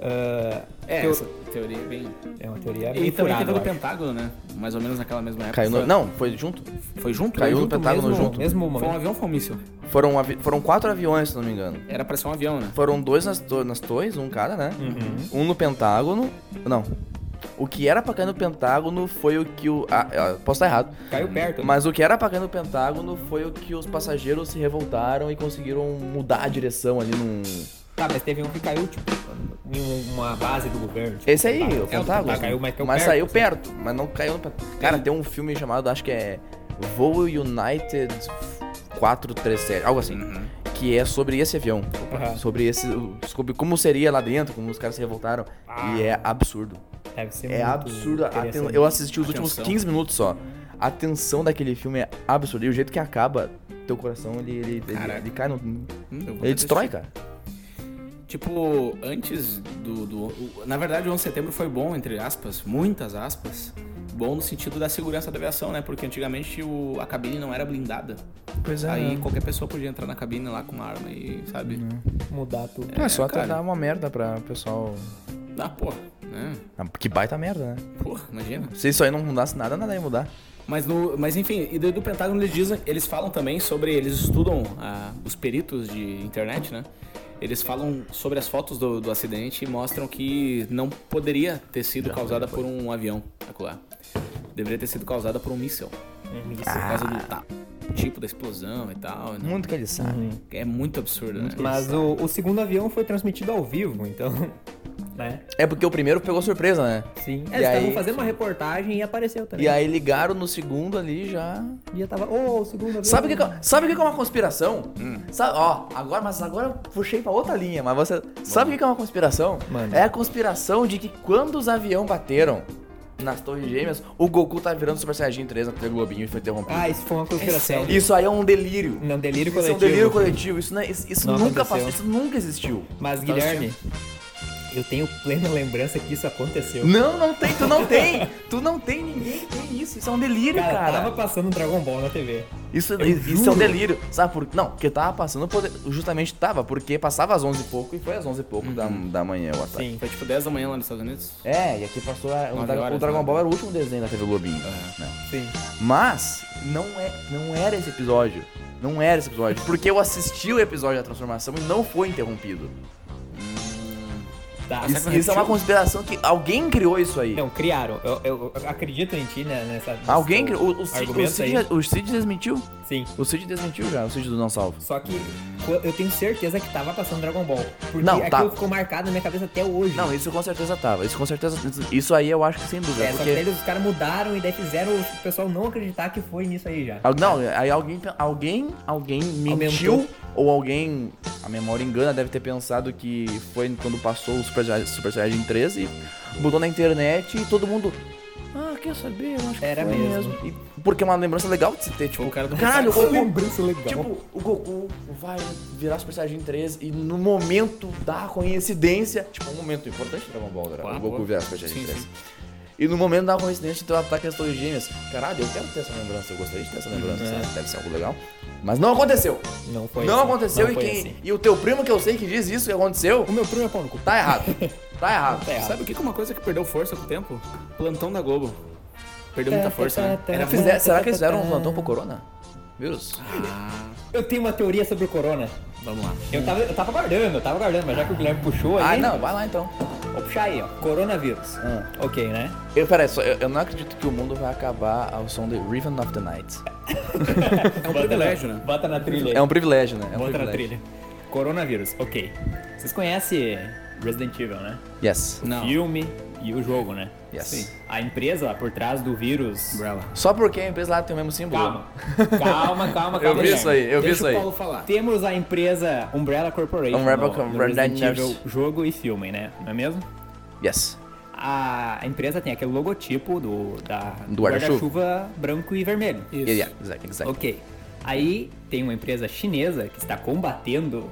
C: ah,
A: É,
C: Teo-
A: essa teoria é bem.
C: é uma teoria bem
A: E também
C: furada,
A: teve
C: eu
A: do
C: acho.
A: Pentágono, né? Mais ou menos naquela mesma época.
B: Caiu no...
A: Foi-
B: Não, foi junto?
A: Foi junto?
B: Caiu
A: Foi
B: no Pentágono
C: mesmo,
B: junto.
C: Mesmo
A: Foi um
C: momento.
A: avião ou foi um míssil?
B: Foram, avi- Foram quatro aviões, se não me engano.
A: Era pra ser um avião, né?
B: Foram dois nas, to- nas torres, um cada, né?
C: Uhum.
B: Um no Pentágono. Não. O que era pra cair no Pentágono foi o que o. Ah, ah, posso estar errado.
C: Caiu perto.
B: Mas o que era pra cair no Pentágono foi o que os passageiros se revoltaram e conseguiram mudar a direção ali num.
C: Tá, mas teve um que caiu, tipo, em um- uma base do governo. tipo,
B: Esse aí,
C: sei lá.
B: o Pentágono.
C: tá, caiu, mas caiu perto,
B: saiu
C: assim.
B: perto, mas não caiu no Pentágono. Cara, tem um filme chamado, acho que é Voo United 437, algo
C: Uhum.
B: assim.
A: Uhum.
B: Que é sobre esse avião.
C: Hum. Aham.
B: Sobre esse. Sobre como seria lá dentro, como os caras se revoltaram. E é absurdo.
C: ah, Deve ser
B: É
C: muito
B: absurdo. a ten-
C: interessante.
B: Eu assisti os últimos
A: Atenção.
B: 15 minutos só. A tensão daquele filme é absurda. E o jeito que acaba, teu coração, ele, ele, ele-
A: Caraca.
B: ele cai no.
A: Hum, eu vou
B: Ele
A: ter
B: destrói, cara.
A: Tipo, antes do, do- o- Na verdade, o 11 de setembro foi bom, entre aspas, muitas aspas. Bom no sentido da segurança da aviação, né? Porque antigamente o, a cabine não era blindada.
B: Pois é, né?
A: Aí qualquer pessoa podia entrar na cabine lá com uma arma e, sabe?
C: mudar tudo.
B: É, Né? só
A: cara.
B: até dar uma merda pra pessoal.
A: Ah, pô, né?
B: Ah, Que baita merda, né?
A: Pô, imagina.
B: Se isso aí não mudasse nada, nada ia mudar.
A: Mas, no, mas enfim, e daí do Pentágono eles dizem, eles falam também sobre, eles estudam ah, os peritos de internet, né? Eles falam sobre as fotos do, do acidente e mostram que não poderia ter sido causada por um avião acolá. Deveria ter sido causada por um míssil. Por causa do ta- tipo da explosão e tal. né?
B: Muito que ele sabe.
A: É muito absurdo, né?
C: Mas o, o segundo avião foi transmitido ao vivo, então. Né?
B: É porque o primeiro pegou surpresa, né?
C: Sim.
B: E
C: Eles estavam
B: aí-
C: fazendo uma reportagem e apareceu também.
B: E aí ligaram no segundo ali já.
C: E eu tava. Ô, o segundo avião.
B: Sabe o que, que é- sabe o que que é uma conspiração?
C: Hum.
B: Sabe- ó, agora, mas agora eu puxei pra outra linha, mas você. Sabe o que que é uma conspiração?
C: Mano.
B: É a conspiração de que quando os aviões bateram nas torres gêmeas, o Goku tá virando Super Saiyajin 3 na TV Globinho e foi interrompido.
C: Ah, isso foi uma conspiração.
B: Isso aí é um delírio.
C: Não, delírio
B: Isso é um
C: coletivo.
B: delírio coletivo. Isso, não é- isso- isso
C: Não
B: nunca
C: aconteceu.
B: passou, isso nunca existiu.
C: Mas,
B: Tá
C: Guilherme,
B: assistindo?
C: eu tenho plena lembrança que isso aconteceu.
B: Não, não tem, tu não tem. tu não tem, ninguém tem isso. Isso é um delírio,
C: Cara,
B: cara.
C: tava passando Dragon Ball na TV.
B: Isso,
C: Eu
B: isso é um
C: juro.
B: delírio. Sabe por Não, porque tava passando, por- justamente tava, porque passava às 11 e pouco e foi às 11 e pouco da, da manhã o ataque.
C: Uhum. Sim.
A: Foi tipo 10 da manhã lá nos Estados Unidos.
B: É, e aqui passou a- o,
A: Nove
B: Dra- o
A: horas,
B: Dragon
A: né?
B: Ball era o último desenho da TV Globinho. né?
C: Sim.
B: Mas não, é, não era esse episódio. Não era esse episódio. Porque eu assisti o episódio da transformação e não foi interrompido.
C: Tá.
B: Isso, isso é uma consideração que alguém criou isso aí.
C: Não, criaram. Eu, eu- eu acredito em ti, né? Nessa,
B: Alguém
C: nesse
B: criou. O, o, Cid, o,
C: argumento
B: Cid,
C: aí.
B: o Cid desmentiu?
C: Sim.
B: O Cid desmentiu já, o Cid do Não Salvo.
C: Só que eu tenho certeza que tava passando Dragon Ball. Porque
B: Não,
C: aquilo
B: tava.
C: ficou marcado na minha cabeça até hoje.
B: Não, isso com certeza tava. Isso com certeza. Isso aí eu acho que sem dúvida.
C: É, só que
B: porque...
C: daí os caras mudaram e daí fizeram o pessoal não acreditar que foi nisso aí já.
B: Al- Não, aí alguém, alguém, alguém mentiu
C: Aumentou.
B: ou alguém, a memória engana, deve ter pensado que foi quando passou o Super, Sai- Super Saiyajin 13, mudou na internet e todo mundo, ah, quer saber, eu acho que
C: Era
B: foi
C: mesmo.
B: E- porque é uma lembrança legal de se ter, tipo,
A: o cara do
B: caralho, o Goku,
C: lembrança legal.
B: tipo, o Goku vai virar Super Saiyajin 13 e no momento da coincidência, tipo, um momento importante do Dragon Ball, era
A: Ah,
B: o Goku
A: boa.
B: virar Super Saiyajin
A: Sim,
B: 13.
A: sim.
B: E no momento da coincidência, então ataque as torres gêmeas. Caralho, eu quero ter essa lembrança, eu gostaria de ter essa
C: Uhum.
B: lembrança. sabe? Deve ser algo legal. Mas não aconteceu.
C: não É. foi
B: não
C: assim.
B: aconteceu
C: Não
B: e
C: foi
B: quem.
C: assim.
B: E o teu primo que eu sei que diz isso que aconteceu,
C: O meu primo é pau no cu.
B: tá errado. tá errado.
C: Tá errado.
A: Sabe o que que é uma coisa que perdeu força com o tempo? Plantão da Globo. Perdeu muita força, né?
B: Era- fizer- será que eles fizeram um plantão pro corona? Vírus?
A: Ah,
C: Eu tenho uma teoria sobre o corona.
A: vamos lá.
C: Eu tava, eu tava guardando, eu tava guardando, mas já que o Guilherme puxou
B: Ah,
C: aí.
B: não, vai lá então.
C: Vou puxar aí, ó. Coronavírus.
B: Ah.
C: Ok, né?
B: Eu, peraí, só, eu, eu não acredito que o mundo vai acabar ao som de Riven of the Night.
A: É um privilégio, né?
C: Bota na trilha aí.
B: É um privilégio, né? É um
C: Bota na
B: privilégio.
C: trilha. Coronavírus, ok. Vocês conhecem Resident Evil, né?
B: Yes.
A: Não.
C: Filme e o jogo, né?
B: Yes.
C: A empresa por trás do vírus.
A: Umbrella.
B: Só porque a empresa lá tem o mesmo símbolo.
C: Calma, calma, calma, calma.
B: Eu vi
C: Guilherme.
B: isso aí, eu vi
A: Deixa
B: isso
A: o
B: aí.
A: Paulo falar.
C: Temos a empresa Umbrella Corporation.
B: Umbrella
C: no- no
B: Corporation.
C: Resident Evil, jogo e filme, né? Não é mesmo?
B: Yes.
C: A empresa tem aquele logotipo do, da,
B: Do guarda-chuva.
C: guarda-chuva branco e vermelho.
A: Isso.
B: Yeah, yeah, exactly, exactly.
C: Ok. Aí tem uma empresa chinesa que está combatendo.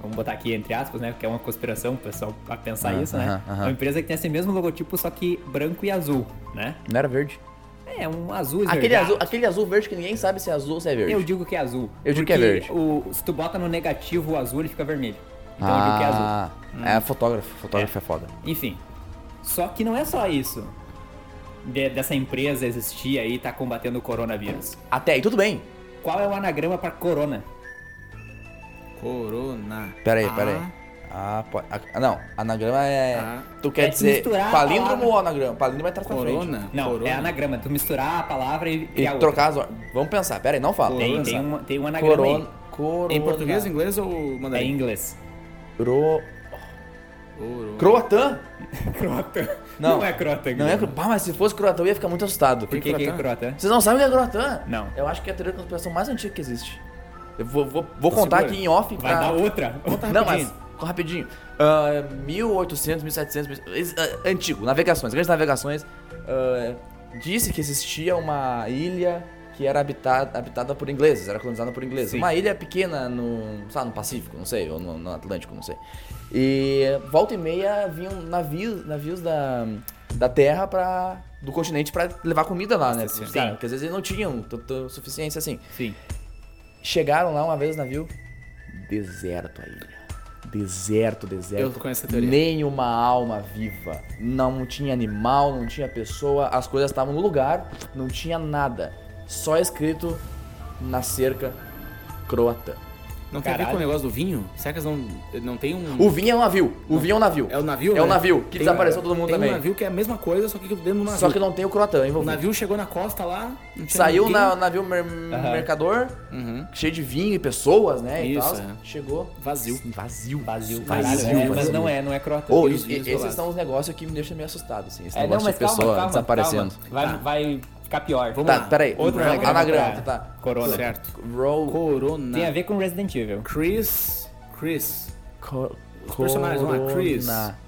C: Vamos botar aqui entre aspas, né? Porque é uma conspiração, o pessoal a pensar
B: Aham,
C: isso, né?
B: aham, aham.
C: Uma empresa que tem esse mesmo logotipo, só que branco e azul, né?
B: Não era verde?
C: É um azul
B: Aquele
C: esverdeado.
B: azul, aquele azul verde que ninguém sabe se é azul ou se é verde.
C: Eu digo que é azul.
B: Eu digo que é
C: porque
B: verde.
C: o- se tu bota no negativo o azul, ele fica vermelho. Então eu digo que é azul.
B: ah, é fotógrafo. Fotógrafo é, foda.
C: Enfim. Só que não é só isso. de- dessa empresa existir aí e tá combatendo o coronavírus.
B: Até aí, tudo bem.
C: Qual é o anagrama para corona?
A: Corona.
B: Pera aí,
A: Ah,
B: pera aí. Ah, pode. ah, não, anagrama é.
A: Ah.
B: Tu quer
C: É
B: dizer
C: misturar a
B: palíndromo
C: palavra.
B: ou anagrama? Palíndromo é trás pra frente.
A: Corona?
C: Não,
A: corona.
C: é anagrama. Tu misturar a palavra e,
B: E
C: criar outra.
B: trocar as ordens. Vamos pensar, pera aí, não fala.
C: Tem,
A: Corona.
C: tem, uma, tem um anagrama
B: Corona. né? Corona.
A: Em português, inglês ou
C: aí. É em
A: mandarim?
C: inglês.
B: Cro...
A: Corona.
B: Croatã?
C: Crota.
B: Não.
C: Não, é crota.
B: Não é.
C: crota.
B: Pá, mas se fosse croatã eu ia ficar muito assustado.
C: Por que, que é crota?
B: Vocês não sabem o que é croatã?
C: Não.
B: Eu acho que é a teoria da conspiração mais antiga que existe. Eu vou, vou, vou contar
A: segura.
B: aqui em off
C: Tá Vai
B: pra.
C: dar outra. Outra
B: Ah. Não, mas
C: rapidinho.
B: rapidinho. Ah, 1800, 1700, ex- ah, antigo, navegações, grandes navegações. ah, disse que existia uma ilha que era habitada, habitada por ingleses, era colonizada por ingleses.
C: Sim.
B: Uma ilha pequena no, sei lá, no Pacífico, não sei, ou no, no Atlântico, não sei. E volta e meia vinham navios, navios da, da terra para do continente para levar comida lá, né?
C: Sim.
B: Cara, porque às vezes eles não tinham tanta suficiência assim.
C: Sim.
B: Chegaram lá uma vez no navio, deserto a ilha. Deserto, deserto.
A: Eu conheço essa teoria.
B: Nem uma alma viva. Não tinha animal, não tinha pessoa, as coisas estavam no lugar, não tinha nada. Só escrito na cerca croata.
A: Não tem a ver com o
C: Caralho.
A: negócio do vinho? Será que eles não, não tem um...
B: O vinho é um navio. O vinho é um navio.
A: É o navio,
B: É o
A: né?
B: navio, que
A: Tem-
B: desapareceu todo mundo
A: tem
B: também.
A: um navio que é a mesma coisa, só que dentro do navio.
B: Só que não tem o croatã
A: O
B: envolvido.
A: navio chegou na costa lá... não tinha
B: Saiu
A: ninguém.
B: na o navio mer- mercador,
A: Uhum.
B: cheio de vinho e pessoas, né?
A: Isso,
B: e tal.
A: é.
B: Chegou.
A: Vazio.
B: Vazio. Vazio,
C: Vazio, caralho. é, mas
B: vazio.
C: não é, não é crota.
B: Ô,
A: Vírus,
B: e-
A: vírus
B: e- esses
A: isolados.
B: são Tá os negócios que me deixam meio assustado, assim. Esse
C: É, não,
B: negócio
C: mas
B: de
C: calma,
B: pessoa
C: calma,
B: desaparecendo.
C: calma. Vai, vai ficar pior.
A: Vamos
B: Tá,
A: lá.
B: peraí.
C: Outro
B: anagrama,
C: anagrama
B: anagrama
C: pra-
B: tá.
C: Corona.
A: Certo.
B: Roll.
A: Corona.
C: Tem a ver com Resident Evil.
A: Chris... Chris...
B: Co
A: Os personagens, vamos lá. Chris.
B: corona.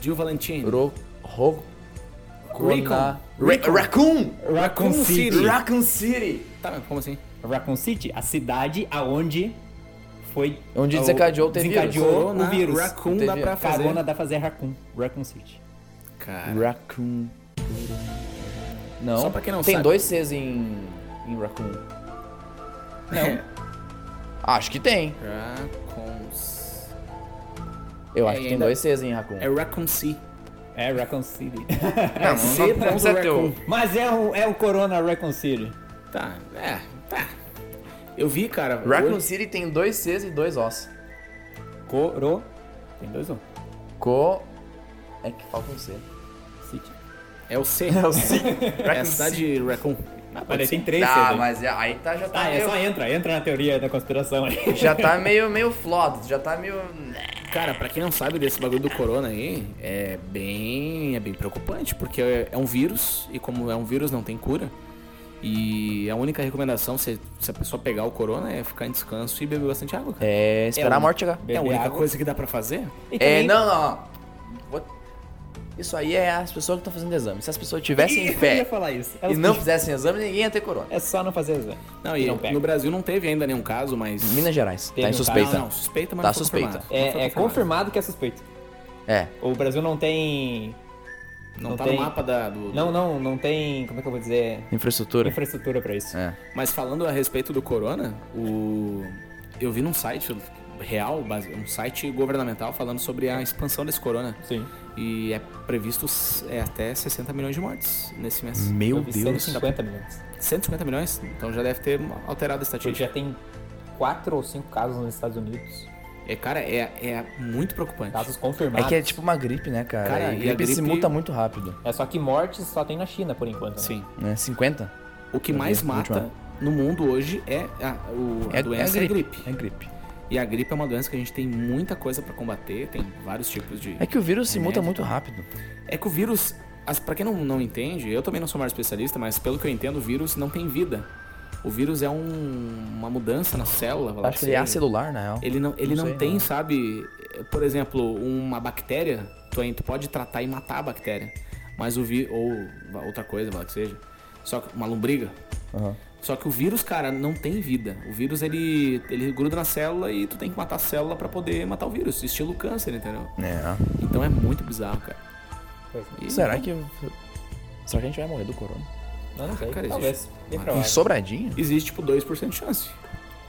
A: Jill Valentine.
B: Ro... Ro... Corona. Ra-
A: Recon.
B: Raccoon!
A: Raccoon City.
B: Raccoon City!
A: Tá, mas como assim?
C: Raccoon City, a cidade aonde foi...
B: Onde
C: o-
B: desencadeou o TV.
C: desencadeou o vírus.
A: Raccoon
B: Teve
A: dá pra fazer.
C: Carona dá fazer Raccoon. Raccoon City.
A: Cara,
B: Raccoon. Não.
A: É. Só pra quem não
B: Tem
A: sabe.
B: dois Cs em... em Raccoon. É.
A: não.
B: Acho que tem.
A: Raccoons.
B: Eu
A: É,
B: acho que
A: e
B: tem
A: ainda-
B: dois Cs em Raccoon.
A: É Raccoon Sea.
C: É Raccoon City.
B: Não,
A: C ponto Raccoon.
C: Mas é o, é o Corona Raccoon City.
A: Tá, é, tá. Eu vi, cara.
B: Raccoon
A: hoje-
B: City tem dois Cs e dois Os.
C: Coro... Tem dois um.
B: Co. É que falta um C.
C: City.
A: É o C.
B: É o C.
A: É a cidade de Raccoon.
C: Mas aí tem três
B: Ah,
C: City.
B: mas é- aí tá, já tá.
C: Ah, é
B: meio,
C: só entra. Entra na teoria da conspiração aí.
B: Já tá meio, meio flawed, já tá meio.
A: Cara, pra quem não sabe desse bagulho do corona aí, é bem, é bem preocupante, porque é é um vírus, e como é um vírus não tem cura. E a única recomendação se, se a pessoa pegar o corona é ficar em descanso e beber bastante água, cara.
B: É, esperar
A: É
B: a
A: um-
B: morte chegar.
A: é a
C: Beber
A: única
C: água.
A: coisa que dá pra fazer.
C: E
B: É,
C: também-
B: não, não, não. What? Isso aí é as pessoas que estão fazendo exame. Se as pessoas tivessem
C: Eu ia
B: é fé
C: falar isso.
B: e
C: Elas
B: não fizessem exame, ninguém ia ter corona.
C: É só não fazer exame.
A: Não, e
C: Não pega.
A: no Brasil não teve ainda nenhum caso, mas.
B: Minas Gerais,
C: Teve
B: tá em
C: um
B: suspeita.
A: Não, não, suspeita, mas
B: Tá
A: não foi
B: suspeita.
A: confirmado. Não foi
C: É, é confirmado que é suspeito.
B: É.
C: O Brasil não tem.
A: Não,
C: Não
A: tá
C: tem.
A: no mapa da, do.
C: Não, não, não tem. Como é que eu vou dizer?
B: Infraestrutura.
C: Infraestrutura pra isso.
B: É.
A: Mas falando a respeito do corona, o. Eu vi num site real, base- um site governamental falando sobre a expansão desse corona.
C: Sim.
A: E é previsto s- é, até 60 milhões de mortes nesse mês.
B: Meu
C: Eu vi assim, 150 milhões.
A: 150 milhões? Então já deve ter alterado a
C: Porque
A: estatística.
C: já tem 4 ou 5 casos nos Estados Unidos.
A: É, cara, é, é muito preocupante.
C: Casos confirmados.
B: É
C: É,
B: que é tipo uma gripe, né, cara?
A: Cara,
B: e
A: e a
B: gripe se
A: gripe-
B: muta muito rápido.
C: É, só que mortes só tem na China por enquanto. Né?
A: Sim.
B: Né? 50?
A: O que
B: Eu vi
A: mais
B: a última.
A: mata no mundo hoje é a, o- a doença é gripe.
B: É gripe.
A: E a gripe é uma doença que a gente tem muita coisa pra combater, tem vários tipos de.
B: É que o vírus se muta
A: Remédio,
B: muito
A: tá?
B: rápido.
A: É que o vírus, as, pra quem não, não entende, eu também não sou mais especialista, mas pelo que eu entendo, o vírus não tem vida. O vírus é um- uma mudança na célula. vai lá
B: Acho que ele é
A: ser-
B: acelular, na real.
A: ele não, ele
B: Não
A: não,
B: sei,
A: tem,
B: não.
A: sabe, por exemplo, uma bactéria, tu, aí- tu pode tratar e matar a bactéria. Mas o vírus. Ou outra coisa, vai lá que seja. Só que uma lombriga.
B: Aham.
A: Só que o vírus, cara, não tem vida. O vírus, ele, ele gruda na célula e tu tem que matar a célula pra poder matar o vírus. Estilo câncer, entendeu?
B: É.
A: Então é muito bizarro, cara.
C: Pois é.
A: E-
B: Será que. Será que a gente vai morrer do corona?
C: Não, não sei.
A: Cara,
C: Talvez. Bem
A: Ah,
B: Em
C: provável.
B: Sobradinho?
A: Existe, tipo, 2% de chance.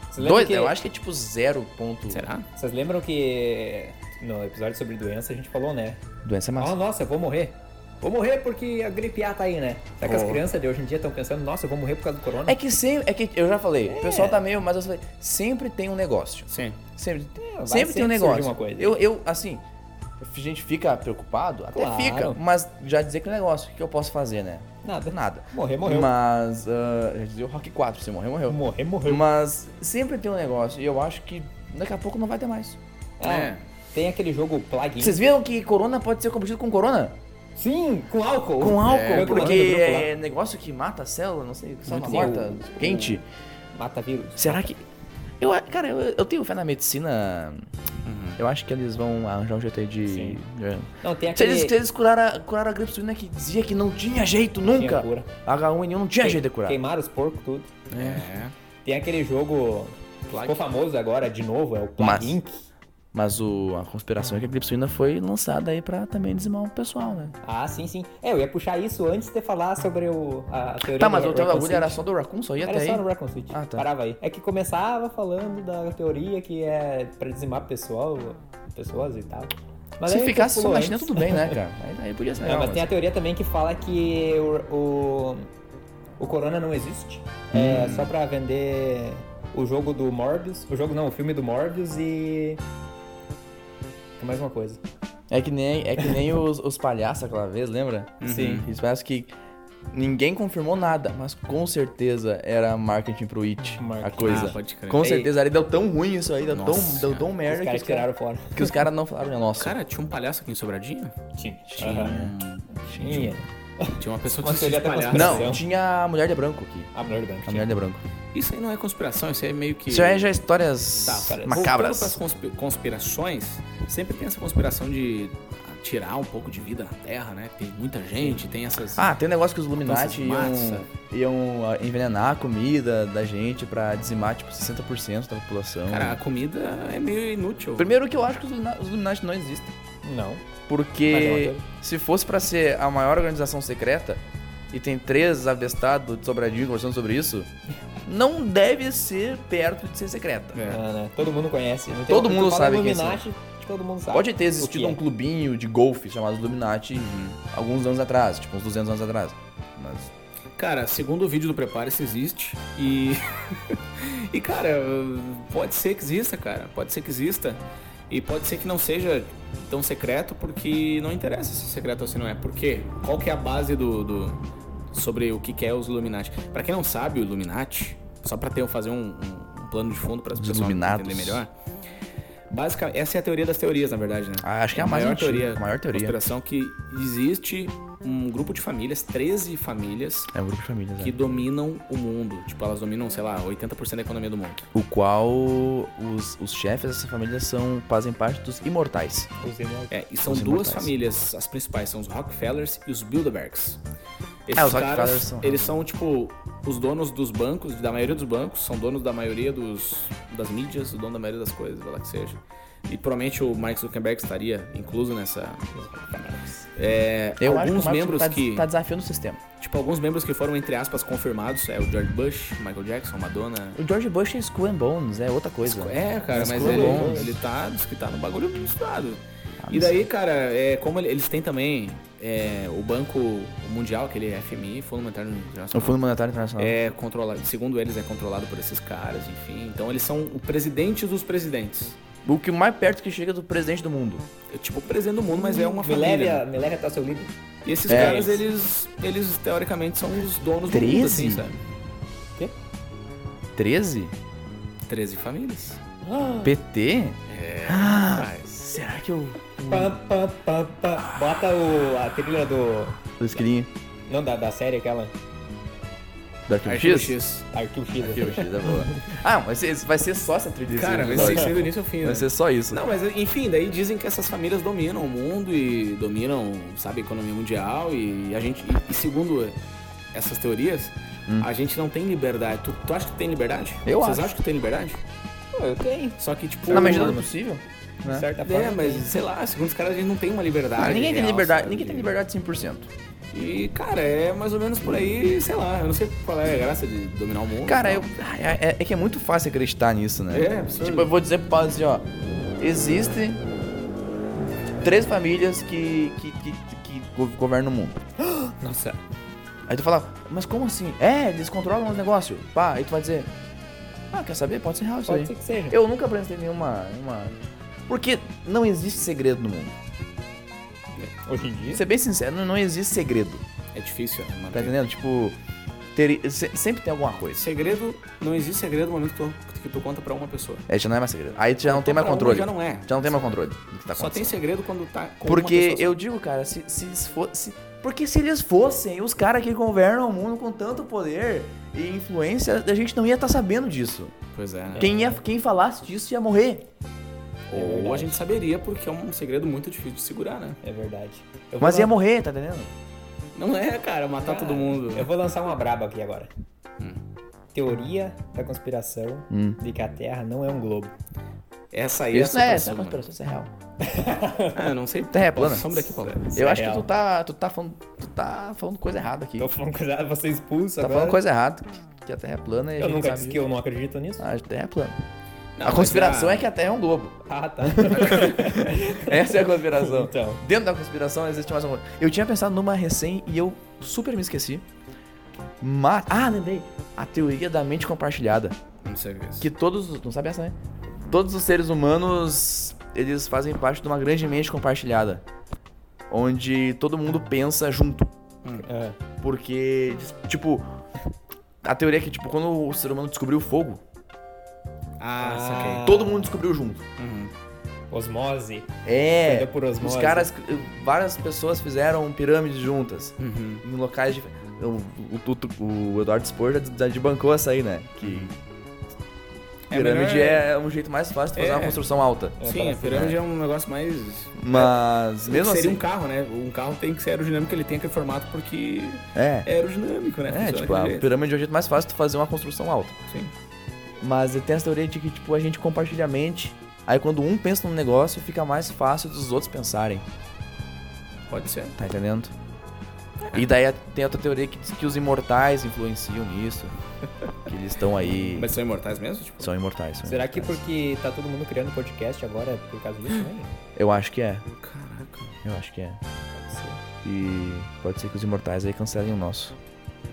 C: Vocês lembram
B: Dois,
C: que-
B: eu acho que é tipo zero ponto.
A: Será?
C: Vocês lembram que no episódio sobre doença a gente falou, né?
B: Doença é
C: Oh,
B: massa.
C: nossa, eu vou morrer. Vou morrer porque a gripe A tá aí, né? Será que as
B: Oh.
C: crianças de hoje em dia estão pensando, nossa, eu vou morrer por causa do corona?
B: É que sempre. É que eu já falei, o pessoal tá meio. Mas eu falei, sempre tem um negócio.
A: Sim.
B: Sempre,
C: vai,
B: sempre tem um
C: sempre surge
B: negócio.
C: uma coisa.
B: Eu, eu, assim, a gente fica preocupado? Até
C: Claro.
B: fica, mas já dizer que é um negócio, o que eu posso fazer, né?
C: Nada.
B: Nada.
C: Morrer, morreu.
B: Mas, ah, já dizia o Rock 4, se morrer, morreu.
C: Morrer, morreu.
B: Mas sempre tem um negócio, e eu acho que daqui a pouco não vai ter mais.
C: Ah,
A: É.
C: Tem aquele jogo plugin.
B: Vocês viram que corona pode ser combatido com corona?
C: Sim, com álcool. É,
B: Com álcool,
C: Eu tô
B: porque
C: mandando no grupo lá.
B: é negócio que mata a célula, não sei, salva
C: Muito
B: morta, quente.
C: Mata vírus.
B: é- Será que. Eu, cara, eu, eu tenho fé na medicina. Eu acho que eles vão arranjar um jeito aí de.
C: Uhum. Sim.
B: de-
C: Não, tem
B: Se
C: aquele...
B: eles, se eles curaram, a- curaram a gripe suína que dizia que não tinha jeito nunca.
C: cura.
B: H1N1 não tinha jeito de curar.
C: Queimaram os porcos, tudo.
A: É.
C: Tem aquele jogo... Ficou famoso agora, de novo, é o
B: Mas-
C: Plug Inc.
B: Mas o- a conspiração é que a gripe suína foi lançada aí pra também dizimar o pessoal, né?
C: Ah, sim, sim. É, eu ia puxar isso antes de falar sobre o, a teoria
B: Tá, mas
C: do
B: o teu
C: Raccoon
B: bagulho era
C: City.
B: só do Raccoon, só ia
C: Era
B: até aí.
C: só no Raccoon City.
B: Ah, tá.
C: Parava aí. É que começava falando da teoria que é pra dizimar pessoal, pessoas e tal. Mas
B: Se
C: aí
B: ficasse só
C: pulou
B: na
C: antes.
B: China, tudo bem, né, cara? Aí, aí podia ser
C: Não,
B: legal,
C: mas
B: mas-
C: tem a teoria também que fala que o, o, o corona não existe. É
B: Hum.
C: só pra vender o jogo do Morbius. O jogo não, o filme do Morbius e... Tem mais uma coisa.
B: É que nem, é que nem os, os palhaços aquela vez, lembra?
A: Uhum.
C: Sim.
B: Eles parece que ninguém confirmou nada, mas com certeza era marketing pro It, a
C: Marketing.
B: coisa.
A: Ah, pode crer.
B: é. com
C: Ei.
B: certeza, aí deu tão ruim isso aí, deu,
A: Nossa
B: tão, deu
A: senhora.
B: tão
C: Os
B: merda que
C: caras
B: os caras
C: tiraram fora.
B: que os caras não falaram, né? nossa.
A: Cara, tinha um palhaço aqui em Sobradinho?
C: Tinha.
A: Tinha. Tinha uma pessoa que
C: Mas
A: se
C: ele é
A: de
C: até
A: palhaço.
C: conspiração.
B: não, tinha a mulher de branco aqui.
C: A mulher do
B: A
C: branco.
B: mulher de branco.
A: Isso aí não é conspiração, isso aí é meio que.
B: Isso aí já é histórias
A: Tá, cara, Voltando
B: macabras.
A: pras conspi- conspirações, sempre tem essa conspiração de tirar um pouco de vida na Terra, né? Tem muita gente, tem essas.
B: Ah, tem um negócio que os
A: Nossa,
B: Illuminati
A: massa.
B: iam, iam ah, envenenar a comida da gente pra dizimar, tipo, 60% da população.
A: Cara, a comida é meio inútil.
B: Primeiro que eu acho que os Illumina- os Illuminati não existem.
C: Não. Mas é uma
B: Porque
C: teoria.
B: se fosse pra ser a maior organização secreta, e tem três avestados de Sobradinho conversando sobre isso, não deve ser perto de ser secreta.
A: É.
C: Ah, né? Todo mundo conhece. Não tem-
B: Todo
C: tu
B: mundo
C: fala
B: sabe quem
C: Illuminati, todo mundo sabe.
B: Pode ter
C: O
B: existido
C: que
B: um
C: é.
B: clubinho de golfe chamado Illuminati alguns anos atrás, tipo uns 200 anos atrás. Mas
A: Cara, segundo o vídeo do Prepare-se, existe. E. e, cara, pode ser que exista, cara. Pode ser que exista. E pode ser que não seja tão secreto, porque não interessa se é secreto ou se não é. Por quê? Qual que é a base do. do- sobre o que, que é os Illuminati? Pra quem não sabe, o Illuminati, só pra ter, fazer um, um- um plano de fundo para as
B: Os
A: pessoas
B: Illuminados.
A: entenderem melhor. Basicamente, essa é a teoria das teorias, na verdade, né?
B: Ah, acho que é a mais
A: maior
B: antiga,
A: teoria.
B: a maior teoria.
A: Conspiração que existe um grupo de famílias, 13 famílias,
B: é um grupo de famílias,
A: que dominam o mundo. Tipo, elas dominam, sei lá, 80% da economia do mundo.
B: O qual os, os chefes dessa família são, fazem parte dos imortais.
C: Os
B: né?
C: Illuminati.
A: É, e são
B: Os
A: duas
B: imortais.
A: famílias, as principais são os Rockefellers e os Bilderbergs. Esses
B: Ah, os
A: caras,
B: Rockefellers são-
A: eles são tipo os donos dos bancos, da maioria dos bancos, são donos da maioria dos das mídias, o dono da maioria das coisas, vai lá que seja. E provavelmente o Mark Zuckerberg estaria incluso nessa. É,
B: Eu acho que o
A: alguns
B: Marcos
A: membros
B: tá,
A: que
B: tá desafiando o sistema.
A: tipo alguns membros que foram entre aspas confirmados é o George Bush, Michael Jackson, Madonna,
B: O George Bush é Skull and Bones, é outra coisa.
A: É, cara, mas,
B: Escolha
A: ele,
B: bons.
A: ele tá, diz que tá no bagulho do estado. e daí, cara, é, como ele- eles têm também é, o Banco Mundial, é aquele FMI, Fundo Monetário
B: O
A: Internacional,
B: Fundo Monetário Internacional.
A: é controlado, segundo eles, é controlado por esses caras, enfim. Então eles são o presidente dos presidentes.
B: O que mais perto que chega do presidente do mundo.
A: É tipo o presidente do mundo, mas é uma
C: Me leve,
A: família.
C: a, me leve até o tá seu líder.
A: E esses
B: É.
A: caras, eles, eles teoricamente são os donos do mundo, assim,
B: Treze?
A: sabe?
B: 13?
A: 13 famílias.
B: PT?
A: É. Mas,
B: Ah, Será que eu.
C: Pá, pá, pá, pá. Bota o, a trilha do.
B: Do esquilinho?
C: Não, da, da série aquela.
B: Do Arquivo
A: Arquivo
B: X?
A: X.
C: Arquivo X. assim,
B: Arquivo X, é boa. Ah, vai ser, vai ser só essa trilha. esse
A: Cara, vai
B: episódio.
A: ser sendo início ao fim. né?
B: Vai ser só isso.
A: Não, mas enfim, daí dizem que essas famílias dominam o mundo e dominam, sabe, a economia mundial e a gente, e, e segundo essas teorias, a gente não tem liberdade. Tu, tu acha que tem liberdade?
B: Hum. Eu
A: Vocês
B: acho. Tá
A: acham que tem liberdade?
C: Pô, eu tenho.
A: Só que tipo,
B: Na medida do é possível?
C: De
B: Né?
C: certa forma.
A: é, mas sei lá, segundo os caras a gente não tem uma liberdade.
B: Ah, ninguém tem
A: real,
B: liberdade,
A: sabe?
B: ninguém tem liberdade 100%.
A: E cara, é mais ou menos por aí, sei lá, eu não sei qual é a graça de dominar o mundo.
B: Cara,
A: e
B: eu,
A: tal.
B: ah, é, é- é que é muito fácil acreditar nisso, né?
A: É, absurdo.
B: Tipo, eu vou dizer pro Paulo assim, ó. Existem três famílias que, que, que, que go- governam o mundo.
C: Nossa.
B: Aí tu fala, mas como assim? É, eles controlam os negócios. Pá, aí tu vai dizer, ah, quer saber? Pode ser real isso
C: Pode
B: aí.
C: ser que seja.
B: Eu nunca apresentei nenhuma, nenhuma... Porque não existe segredo no mundo.
C: Hoje em dia.
B: Pra ser bem sincero, não existe segredo.
A: é difícil, né, mano?
B: Tá entendendo? Tipo, ter- se- sempre tem alguma coisa.
A: Segredo, não existe segredo no momento que tu, que tu conta pra uma pessoa.
B: É, já não é mais segredo. Aí tu já não tem mais
A: Pra uma
B: controle.
A: Já não é.
B: Já não tem mais controle do que
A: Só
B: tá
A: tem
B: acontecendo.
A: segredo quando tá com uma
B: Porque
A: pessoa só.
B: eu digo, cara, se, se eles fossem. Porque se eles fossem os caras que governam o mundo com tanto poder e influência, a gente não ia estar sabendo disso.
A: Pois é. né?
B: Quem, ia, quem falasse disso ia morrer.
A: Ou a gente saberia porque é um segredo muito difícil de segurar, né?
C: É verdade. Eu vou
B: Mas ia
C: lan-
B: morrer, tá entendendo?
A: Não é, cara, matar todo mundo.
B: É.
C: Eu vou lançar uma braba aqui agora. Teoria da conspiração
B: Hum.
C: de que a Terra não é um globo.
A: Essa aí
B: Isso não é, isso é
A: superação,
B: conspiração, isso é real.
A: mano. né? Ah, eu não sei.
B: Terra é plana.
A: Some daqui, Paulo.
B: Eu
C: é
B: acho que
C: real.
B: tu tá, tu tá falando, tu tá falando coisa errada aqui.
C: Tô falando coisa, ah, você é expulso
B: Tá
C: agora.
B: falando coisa errada, que- que a Terra é plana e a
C: Eu
B: gente
C: nunca
B: sabe disso.
C: disse que eu não acredito nisso.
B: Ah, a Terra é plana.
A: Não,
B: a
A: mas
B: conspiração
A: a-
B: é que a Terra é um globo.
C: Ah, tá.
B: Essa é a conspiração.
C: Então.
B: Dentro da conspiração existe mais uma coisa. Eu tinha pensado numa recém e eu super me esqueci. Mas... Ah, lembrei. A teoria da mente compartilhada.
A: Não sei o que é isso.
B: Que todos... os- Não sabe essa, né? Todos os seres humanos, eles fazem parte de uma grande mente compartilhada. Onde todo mundo pensa junto.
C: É.
B: Porque, tipo... A teoria é que, tipo, quando o ser humano descobriu o fogo,
A: Ah,
C: Ah.
A: saquei.
B: todo mundo descobriu junto.
A: Uhum.
C: Osmose.
B: É...
C: Ainda por
B: Os
C: osmose.
B: caras...
A: né?
B: Várias pessoas fizeram pirâmides juntas.
A: Uhum.
B: em locais de. O, o, o- o Eduardo Spor já, já debancou essa aí, né? Que
A: É
B: pirâmide
A: melhor-
B: é um jeito mais fácil de fazer
A: É.
B: uma construção alta.
A: Sim, a pirâmide é um negócio mais.
B: Mas mesmo
A: Seria
B: assim.
A: um carro, né? Um carro tem que ser aerodinâmico, ele tem aquele formato porque
B: É.
A: é aerodinâmico, né?
B: É,
A: Funciona
B: tipo, a
A: daquele jeito.
B: pirâmide é o jeito mais fácil de fazer uma construção alta.
A: Sim.
B: Mas tem essa teoria de que, tipo, a gente compartilha a mente. Aí quando um pensa num negócio, fica mais fácil dos outros pensarem.
A: Pode ser.
B: Tá entendendo? E daí tem outra teoria que diz que os imortais influenciam nisso. Que eles estão aí.
A: Mas são imortais mesmo? Tipo,
B: São imortais. são
C: Será que
B: imortais.
C: porque tá todo mundo criando podcast agora é por causa disso também?
B: Eu acho que é.
A: caraca.
B: Eu acho que é.
C: Pode ser.
B: E pode ser que os imortais aí cancelem o nosso.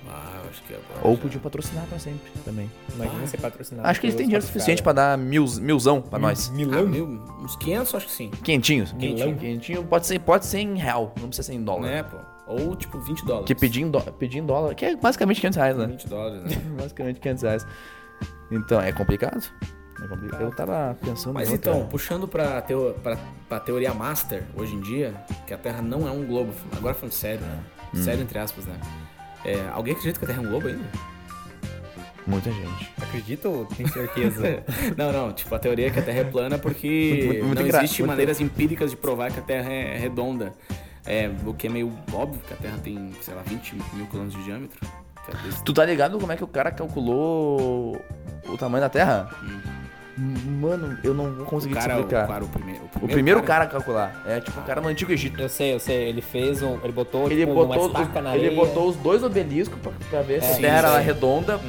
A: Ah, eu acho que é. agora
B: Ou
A: já-
B: podiam patrocinar pra sempre também.
C: Imagina ser
A: Tá,
C: patrocinado.
B: Ah. Acho que eles
C: pelo
B: têm dinheiro
C: Spotify.
B: suficiente pra dar mil, milzão pra nós.
A: Ah,
C: Milão?
A: mil, uns 500, acho que sim.
B: Quentinhos.
C: Milão?
B: Quentinho. Quentinho pode ser, pode ser em real, não precisa ser em dólar.
A: Né, pô? Ou tipo 20 dólares.
B: Porque pedir em, dó- pedir em dólar, que é basicamente 500 reais, né?
A: 20 dólares, né?
B: basicamente 500 reais. Então, é complicado. É complicado. Eu tava pensando...
A: Mas
B: em outra.
A: então, puxando pra, teo, pra, pra teoria master, hoje em dia, que a Terra não é um globo. Agora falando
B: É.
A: sério, né?
B: Hum.
A: Sério, entre aspas, né? É, alguém acredita que a Terra é um globo ainda?
B: Muita gente.
C: Acredito ou tem certeza?
A: não, não. Tipo, a teoria é que a Terra é plana porque
B: Muito- muito
A: não
B: engra-
A: existe
B: muito-
A: maneiras empíricas de provar que a Terra é redonda. É, o que é meio óbvio que a Terra tem, sei lá, 20 mil quilômetros de diâmetro. Que é desse-
B: Tu tá ligado como é que o cara calculou o tamanho da Terra? Mano, eu não vou
A: O
B: conseguir te
A: cara, o,
B: explicar.
A: cara, né? o primeiro,
B: O primeiro cara a calcular. É tipo o cara no Antigo Egito.
C: Eu sei, eu sei. Ele fez um. Ele botou,
B: Ele,
C: tipo, uma
B: botou,
C: estaca na
B: ele
C: areia.
B: botou os dois obeliscos pra, pra ver se a
A: É. sim,
B: terra era
A: sim. Uhum.
B: redonda,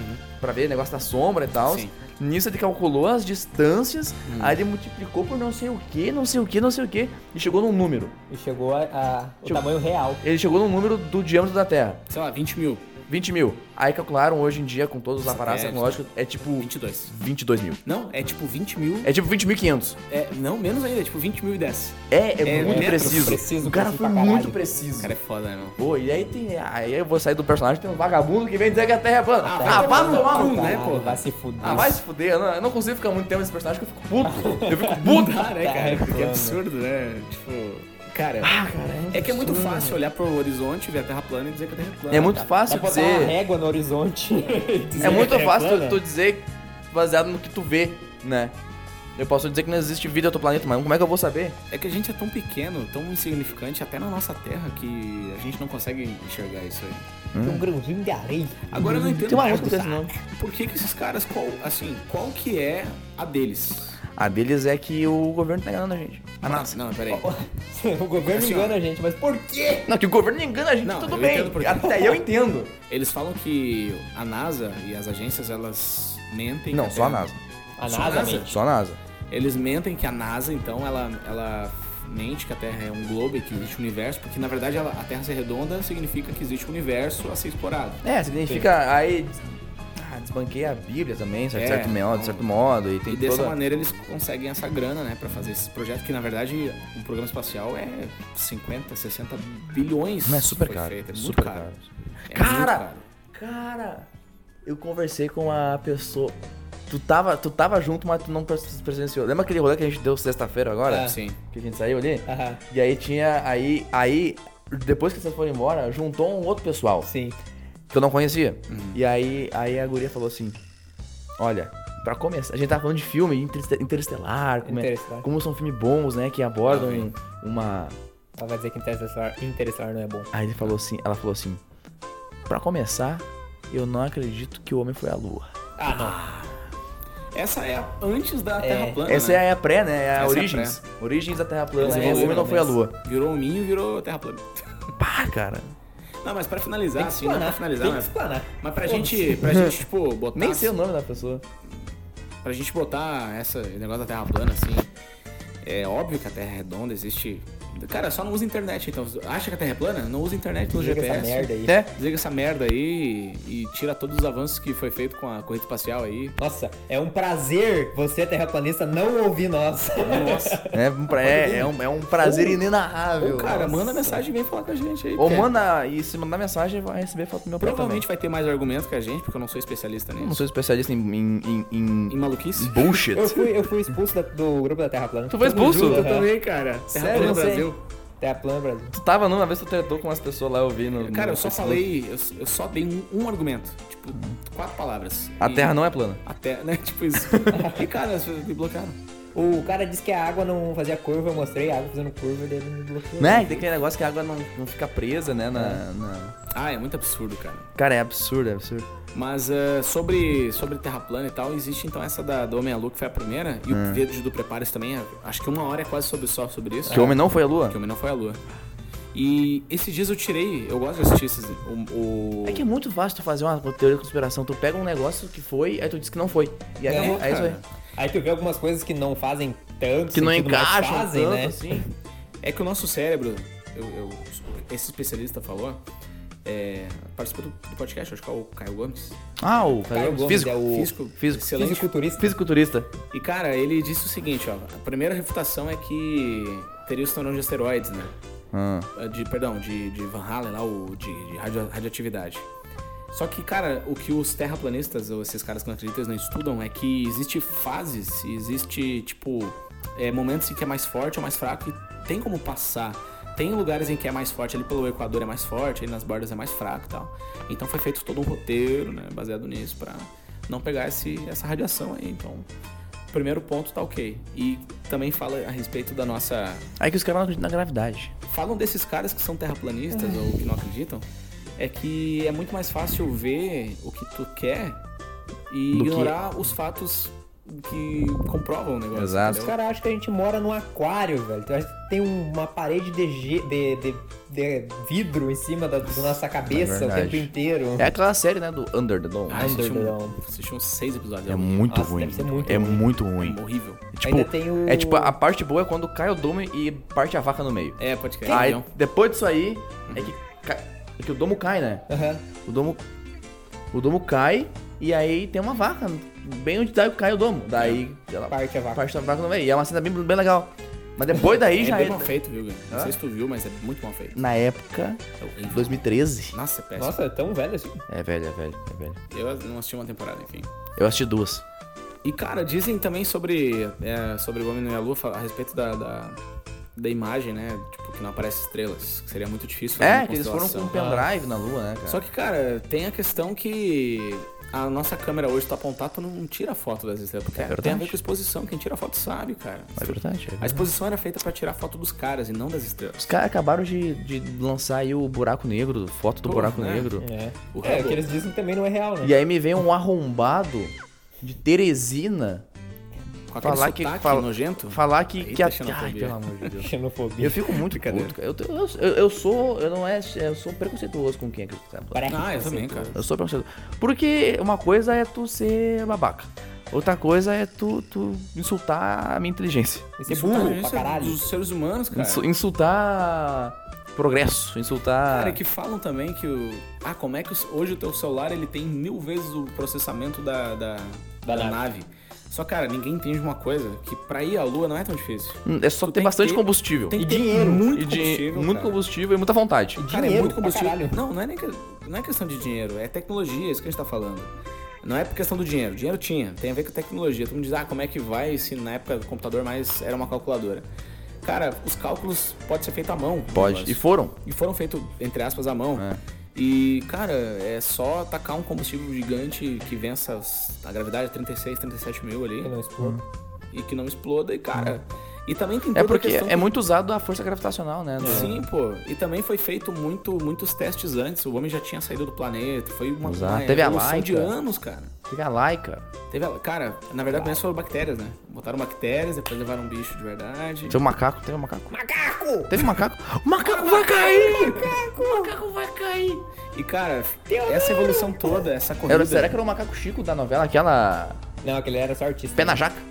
B: pra ver o negócio da sombra e tal.
A: Sim.
B: Nisso ele calculou as distâncias, aí ele multiplicou por não sei o que, não sei o que, não sei o que, e chegou num número.
C: E chegou a, a- o
B: Tipo-
C: tamanho real.
B: Ele chegou num número do diâmetro da Terra.
A: Sei lá, 20 mil.
B: 20 mil. Aí calcularam hoje em dia, com todos os aparatos
A: Satélite.
B: tecnológicos, é tipo
A: 22.
B: 22 mil.
A: Não, é tipo 20 mil.
B: É tipo 20.500.
A: É, não, menos ainda, é tipo 20 mil e 10.
B: É, é,
A: É,
B: muito
A: é,
B: preciso.
C: preciso,
B: O cara
C: preciso
B: foi
C: pra caralho.
B: muito preciso.
A: Cara, é foda, né, meu?
B: Pô, e aí tem. Aí eu vou sair do personagem, tem um vagabundo que vem dizer que a terra é plana. Ah, vai tomar no
A: né,
B: cu,
C: Caralho,
A: pô?
C: Vai se fuder.
B: Ah, vai se fuder, eu não, eu não consigo ficar muito tempo nesse personagem que eu fico puto. Eu fico puto.
A: Dá, né,
C: Tá, é
A: cara? Porque
C: plano.
A: é absurdo, né? Tipo, cara. é que é muito fácil olhar pro horizonte, ver a Terra plana e dizer que a Terra é plana.
B: É muito
A: cara.
C: Dá
B: fácil
C: pra Ah, tá, botar uma
B: dizer.
C: régua no horizonte.
B: É muito fácil tu, tu dizer baseado no que tu vê, né? Eu posso dizer que não existe vida do planeta, mas como é que eu vou saber?
A: É que a gente é tão pequeno, tão insignificante, até na nossa Terra, que a gente não consegue enxergar isso aí.
C: Tem um grãozinho de areia.
A: Agora eu não entendo
B: Tem uma
A: por
B: música com esse
A: que-
B: nome.
A: por que, que esses caras, qual, assim, qual que é a deles?
B: A deles é que o governo tá enganando a gente. A NASA.
A: Não, peraí.
C: O governo
A: Assim, ó.
C: engana a gente, mas por quê?
B: Não, que o governo engana a gente,
A: Não,
B: tudo
A: eu
B: bem.
A: entendo por quê.
B: Até aí eu entendo.
A: Eles falam que a NASA e as agências, elas mentem.
B: Não,
A: que
B: só a
A: Terra-
B: NASA.
C: A
A: é. Só
C: NASA,
A: NASA?
C: mente.
B: Só a NASA.
A: Eles mentem que a NASA, então, ela, ela mente que a Terra é um globo e que existe um universo, porque na verdade ela- a Terra ser redonda significa que existe um universo a ser explorado.
B: É, significa aí. Ah, desbanquei a Bíblia também, de certo,
A: É,
B: certo modo, de
A: não.
B: certo modo. E tem
A: E dessa
B: toda...
A: maneira eles conseguem essa grana, né, pra fazer esse projeto, que na verdade o programa espacial é 50, 60 bilhões.
B: Não, é super
A: foi
B: caro,
A: feito, é muito
B: super
A: caro.
B: caro.
A: É muito
B: Cara,
A: caro.
B: cara, eu conversei com a pessoa. Tu tava, tu tava junto, mas tu não pres- presenciou. Lembra aquele rolê que a gente deu sexta-feira agora?
C: Ah.
A: É, Sim.
B: Que a gente saiu ali?
C: Aham.
B: E aí tinha. Aí. Aí. Depois que vocês foram embora, juntou um outro pessoal
C: Sim. Uhum.
B: que eu não conhecia. E aí, aí a guria falou assim: Olha, pra começar, a gente tava falando de filme interste- interestelar, como, é-
C: Interestelar. Uhum.
B: como são filmes bons, né? Que abordam
A: Ah, vem.
B: uma.
C: Ela vai dizer que interestelar, interestelar não é bom.
B: Aí ele falou assim, ela falou assim, pra começar, eu não acredito que o homem foi à lua.
C: Ah, não.
A: Essa é a- antes da
C: É,
A: Terra plana.
B: Essa
A: né?
B: é a pré, né? É
A: Essa é
B: a
A: a
B: origens. origens da Terra plana,
A: Eles
B: é, o homem não foi à lua.
A: Virou o minho, virou Terra plana.
B: Pá, cara.
A: Não, mas pra finalizar, assim, não é pra
C: Explanar,
A: finalizar,
C: Tem que
A: mas,
C: explanar.
A: mas pra
C: Pô,
A: gente, pra gente, tipo, botar
B: Nem sei o nome da pessoa.
A: Pra gente botar essa esse negócio da Terra plana, assim, é óbvio que a Terra é redonda, existe. Cara, só não usa internet, então. Acha que a Terra é plana? Não usa internet no
C: Diga
A: GPS.
C: essa merda aí.
B: É?
A: Desliga essa merda aí e tira todos os avanços que foi feito com a corrida espacial aí.
C: Nossa, é um prazer você, terraplanista, não ouvir nós.
A: Nossa.
B: É, um pra- é, é um, é um prazer inenarrável.
A: Ô, cara,
B: Nossa.
A: manda mensagem e vem falar com a gente aí.
B: Ou
A: porque
B: manda, e se mandar mensagem, vai receber foto do meu pai
A: Provavelmente vai ter mais argumento que a gente, porque eu não sou especialista
B: também.
A: nisso.
B: Não sou Uhum. especialista em, em, em- em-
A: Em maluquice?
B: em bullshit.
C: Eu fui, eu fui expulso da- do grupo da Terra Plana.
B: Tu foi expulso?
C: Aham.
A: cara. Terra
C: Sério?
A: plana
C: Não sei.
A: Brasil.
C: Terra Plana Brasil.
B: Tu tava numa vez que tu tretou com umas pessoas lá, eu vi no.
A: Cara,
B: no
A: eu só
B: Facebook.
A: falei, eu, eu só dei um, um argumento. Tipo, quatro palavras.
B: A
A: E-
B: Terra não é plana.
A: A Terra, né? Tipo isso. e cara, as pessoas me bloquearam.
C: O cara disse que a água não fazia curva, eu mostrei a água fazendo curva, daí ele me bloqueou.
B: Né? E Tem aquele negócio que a água não, não fica presa, né? na- na...
A: Ah, é muito absurdo, cara.
B: Cara, é absurdo, é absurdo.
A: Mas eh, sobre, sobre Terra plana e tal, existe então essa da, do Homem à Lua, que foi a primeira. E
B: Hum.
A: o vídeo do Prepares também, é- acho que uma hora é quase sobre, só sobre isso.
B: Que o homem não foi à lua?
A: É. Que o homem não foi à Lua. E esses dias eu tirei, eu gosto de assistir esses, o... o-
B: É que é muito fácil tu fazer uma teoria de conspiração. Tu pega um negócio que foi, aí tu diz que não foi. E aí,
A: É,
B: é, isso aí.
A: cara.
C: Aí tu vê algumas coisas que não fazem tanto
B: Que não
C: sentido, mas
B: encaixam
C: fazem,
B: tanto
C: né?
B: assim.
A: É que o nosso cérebro, eu, eu- esse especialista falou, é, participou do, do podcast, acho que é o Caio Gomes,
B: Ah, o
C: Caio Gomes
B: físico.
C: é o
A: físico,
B: físico.
A: excelente.
C: fisiculturista.
B: Fisiculturista.
A: E cara, ele disse o seguinte, ó, a primeira refutação é que teria os torões de asteroides, né?
B: Ah.
A: Eh, De, perdão, de, de Van Halen lá, o de, de radio- radioatividade. Só que, cara, o que os terraplanistas, ou esses caras que não acreditam, eles não estudam, é que existe fases, existe, tipo, eh, momentos em que é mais forte ou mais fraco e tem como passar. Tem lugares em que é mais forte, ali pelo Equador é mais forte, ali nas bordas é mais fraco e tal. Então foi feito todo um roteiro, né, baseado nisso, pra não pegar esse, essa radiação aí. Então, primeiro ponto tá ok. E também fala a respeito da nossa
B: Aí que os caras não acreditam na gravidade.
A: falam desses caras que são terraplanistas ou que não acreditam, é que é muito mais fácil ver o que tu quer e
B: Do que-
A: ignorar os fatos que comprovam o negócio.
B: Exato.
C: Os
A: entendeu?
C: caras acham que a gente mora num aquário, velho. Tu acha que Tem um, uma parede de, ge- de- de- de vidro em cima da, da nossa cabeça o
B: verdade.
C: tempo inteiro.
B: É aquela série, né, do Under the Dome.
A: Ah, assisti,
C: Underground.
A: um, assisti uns seis episódios. um
B: É muito
C: Nossa,
B: ruim.
C: deve ser muito
B: é
C: ruim.
B: muito ruim.
A: horrível.
B: Tipo,
C: Ainda tem o-
B: é tipo, a parte boa é quando cai o dome e parte a vaca no meio. Uhum.
A: É, pode crer.
B: Aí,
A: Não.
B: depois disso aí, é que, ca- é que o domo cai, né?
C: Aham.
B: O domo O domo cai e aí tem uma vaca. Bem onde tá, cai o domo. Daí ela
C: Parte a vaca.
B: parte da vaca não veio. E é uma cena bem, bem legal. Mas depois daí
A: É
B: já
A: bem
B: é.
A: mal feito, viu, Guilherme? Não
B: Hã?
A: sei se tu viu, mas é muito mal feito.
B: Na época,
A: É horrível.
B: 2013.
A: Nossa, é péssimo.
C: Nossa, é tão velho assim.
B: É velho, é velho, é velho.
A: Eu não assisti uma temporada, enfim.
B: Eu assisti duas.
A: E, cara, dizem também sobre, é, sobre o Homem no Lua a respeito da, da, da imagem, né? Tipo, que não aparece estrelas. Que seria muito difícil fazer
B: É,
A: uma
B: que eles foram com
A: constelação. Ah.
B: um pendrive na lua, né, cara?
A: Só que, cara, tem a questão que a nossa câmera hoje tá apontada, tu não tira foto das estrelas. Porque
B: É verdade.
A: tem a ver com exposição. Quem tira foto sabe, cara.
B: É verdade. é
A: A
B: verdade.
A: exposição era feita pra tirar foto dos caras e não das estrelas.
B: Os caras acabaram de, de lançar aí o buraco negro, foto do
A: Pô,
B: buraco
A: né?
B: negro.
C: É.
A: O
C: É, o
A: Hubble.
C: que eles dizem também não é real, né?
B: E aí me vem um arrombado de Teresina
A: Com aquele
B: Falar que-
A: sotaque
B: fala-
A: nojento.
B: falar que.
A: Eita,
B: que a-
A: xenofobia.
B: Ai, pelo amor de Deus.
C: Xenofobia.
B: é. Eu fico muito
A: Brincadeira.
B: puto, cara. Eu, tenho- eu, eu, eu sou. Eu não é. Eu sou preconceituoso com quem é cristão.
C: Parece assim,
A: Ah, eu
C: que
A: também,
C: você-
A: cara.
B: Eu sou preconceituoso. Porque uma coisa é tu ser babaca. Outra coisa é tu, tu insultar a minha inteligência.
C: Esse é
A: Insultar a
C: burro pra
A: inteligência
C: caralho.
A: Dos seres humanos, cara.
B: Insu- insultar progresso. Insultar.
C: Ah.
A: Cara, é que falam também que o. Ah, como é que os- hoje o teu celular ele tem mil vezes o processamento da, da,
C: Da
A: da
C: nave.
A: nave. Só, cara, ninguém entende uma coisa, que pra ir à lua não é tão difícil.
B: É só ter
A: tem
B: bastante
A: que-
B: combustível.
A: Tem
C: E
A: que ter
C: dinheiro.
A: muito
B: E de-
A: combustível.
B: muito
A: cara.
B: combustível e muita vontade.
A: Cara, é
C: Dinheiro
A: muito
C: pra
A: combustível.
C: caralho.
A: Não, não é, nem que- não é questão de dinheiro, é tecnologia, isso que a gente tá falando. Não é por questão do dinheiro. Dinheiro tinha, tem a ver com tecnologia. Todo mundo diz, ah, como é que vai se na época o computador mais era uma calculadora. Cara, os cálculos pode ser feito à mão.
B: Pode.
A: negócio.
B: E foram.
A: e foram feitos, entre aspas, à mão.
B: É.
A: E, cara, é só tacar um combustível gigante que vença as- a gravidade é 36, 37 mil ali
C: Eu não é expor.
A: e que não exploda. E, cara, e também tem
B: É
A: toda a
B: porque
A: questão
B: é muito usado a força gravitacional, né? do-
A: Sim, pô. E também foi feito muito, muitos testes antes. O homem já tinha saído do planeta. Foi uma,
B: Exato.
A: uma
B: Teve a
A: evolução de
B: Laika.
A: anos, cara.
B: Fica lá, e, cara.
A: Teve a- Cara, na verdade, começou foram bactérias, né? Botaram bactérias, depois levaram um bicho de verdade.
B: Tem um macaco, teve um macaco.
C: Macaco!
B: Teve um macaco. O macaco vai cair!
D: O macaco vai cair.
A: E, cara, essa evolução toda, essa corrida...
B: Era, será que era o macaco Chico da novela, aquela.
C: Não, aquele era só artista.
B: Pé na jaca?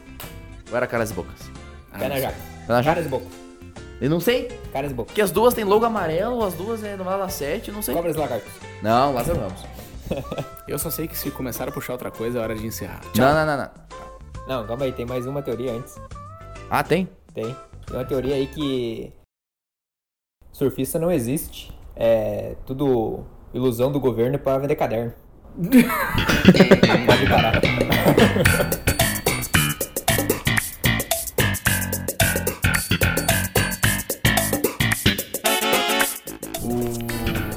B: Ou era caras e bocas?
A: Ah,
C: Pé na
A: não
C: jaca.
B: Pé na jaca?
C: Caras e bocas.
B: Eu não sei.
C: Caras e bocas.
B: Porque as duas tem logo amarelo, as duas é novela das sete, não sei.
C: Cobras e lagartos.
B: Não, Lázaro Ramos.
A: sei. Eu só sei que se começaram a puxar outra coisa, é hora de encerrar.
B: Não, não, não, não.
C: Não, calma aí, tem mais uma teoria antes.
B: Ah, tem?
C: Tem. Tem uma teoria aí que surfista não existe. É tudo ilusão do governo pra vender caderno. Pode parar.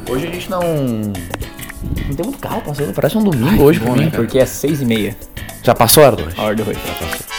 B: Hoje a gente não. Não tem muito carro passando, parece um domingo hoje pra mim.
C: Porque é seis e meia.
B: Já passou a hora do
C: A hora do rosto.
B: Já passou.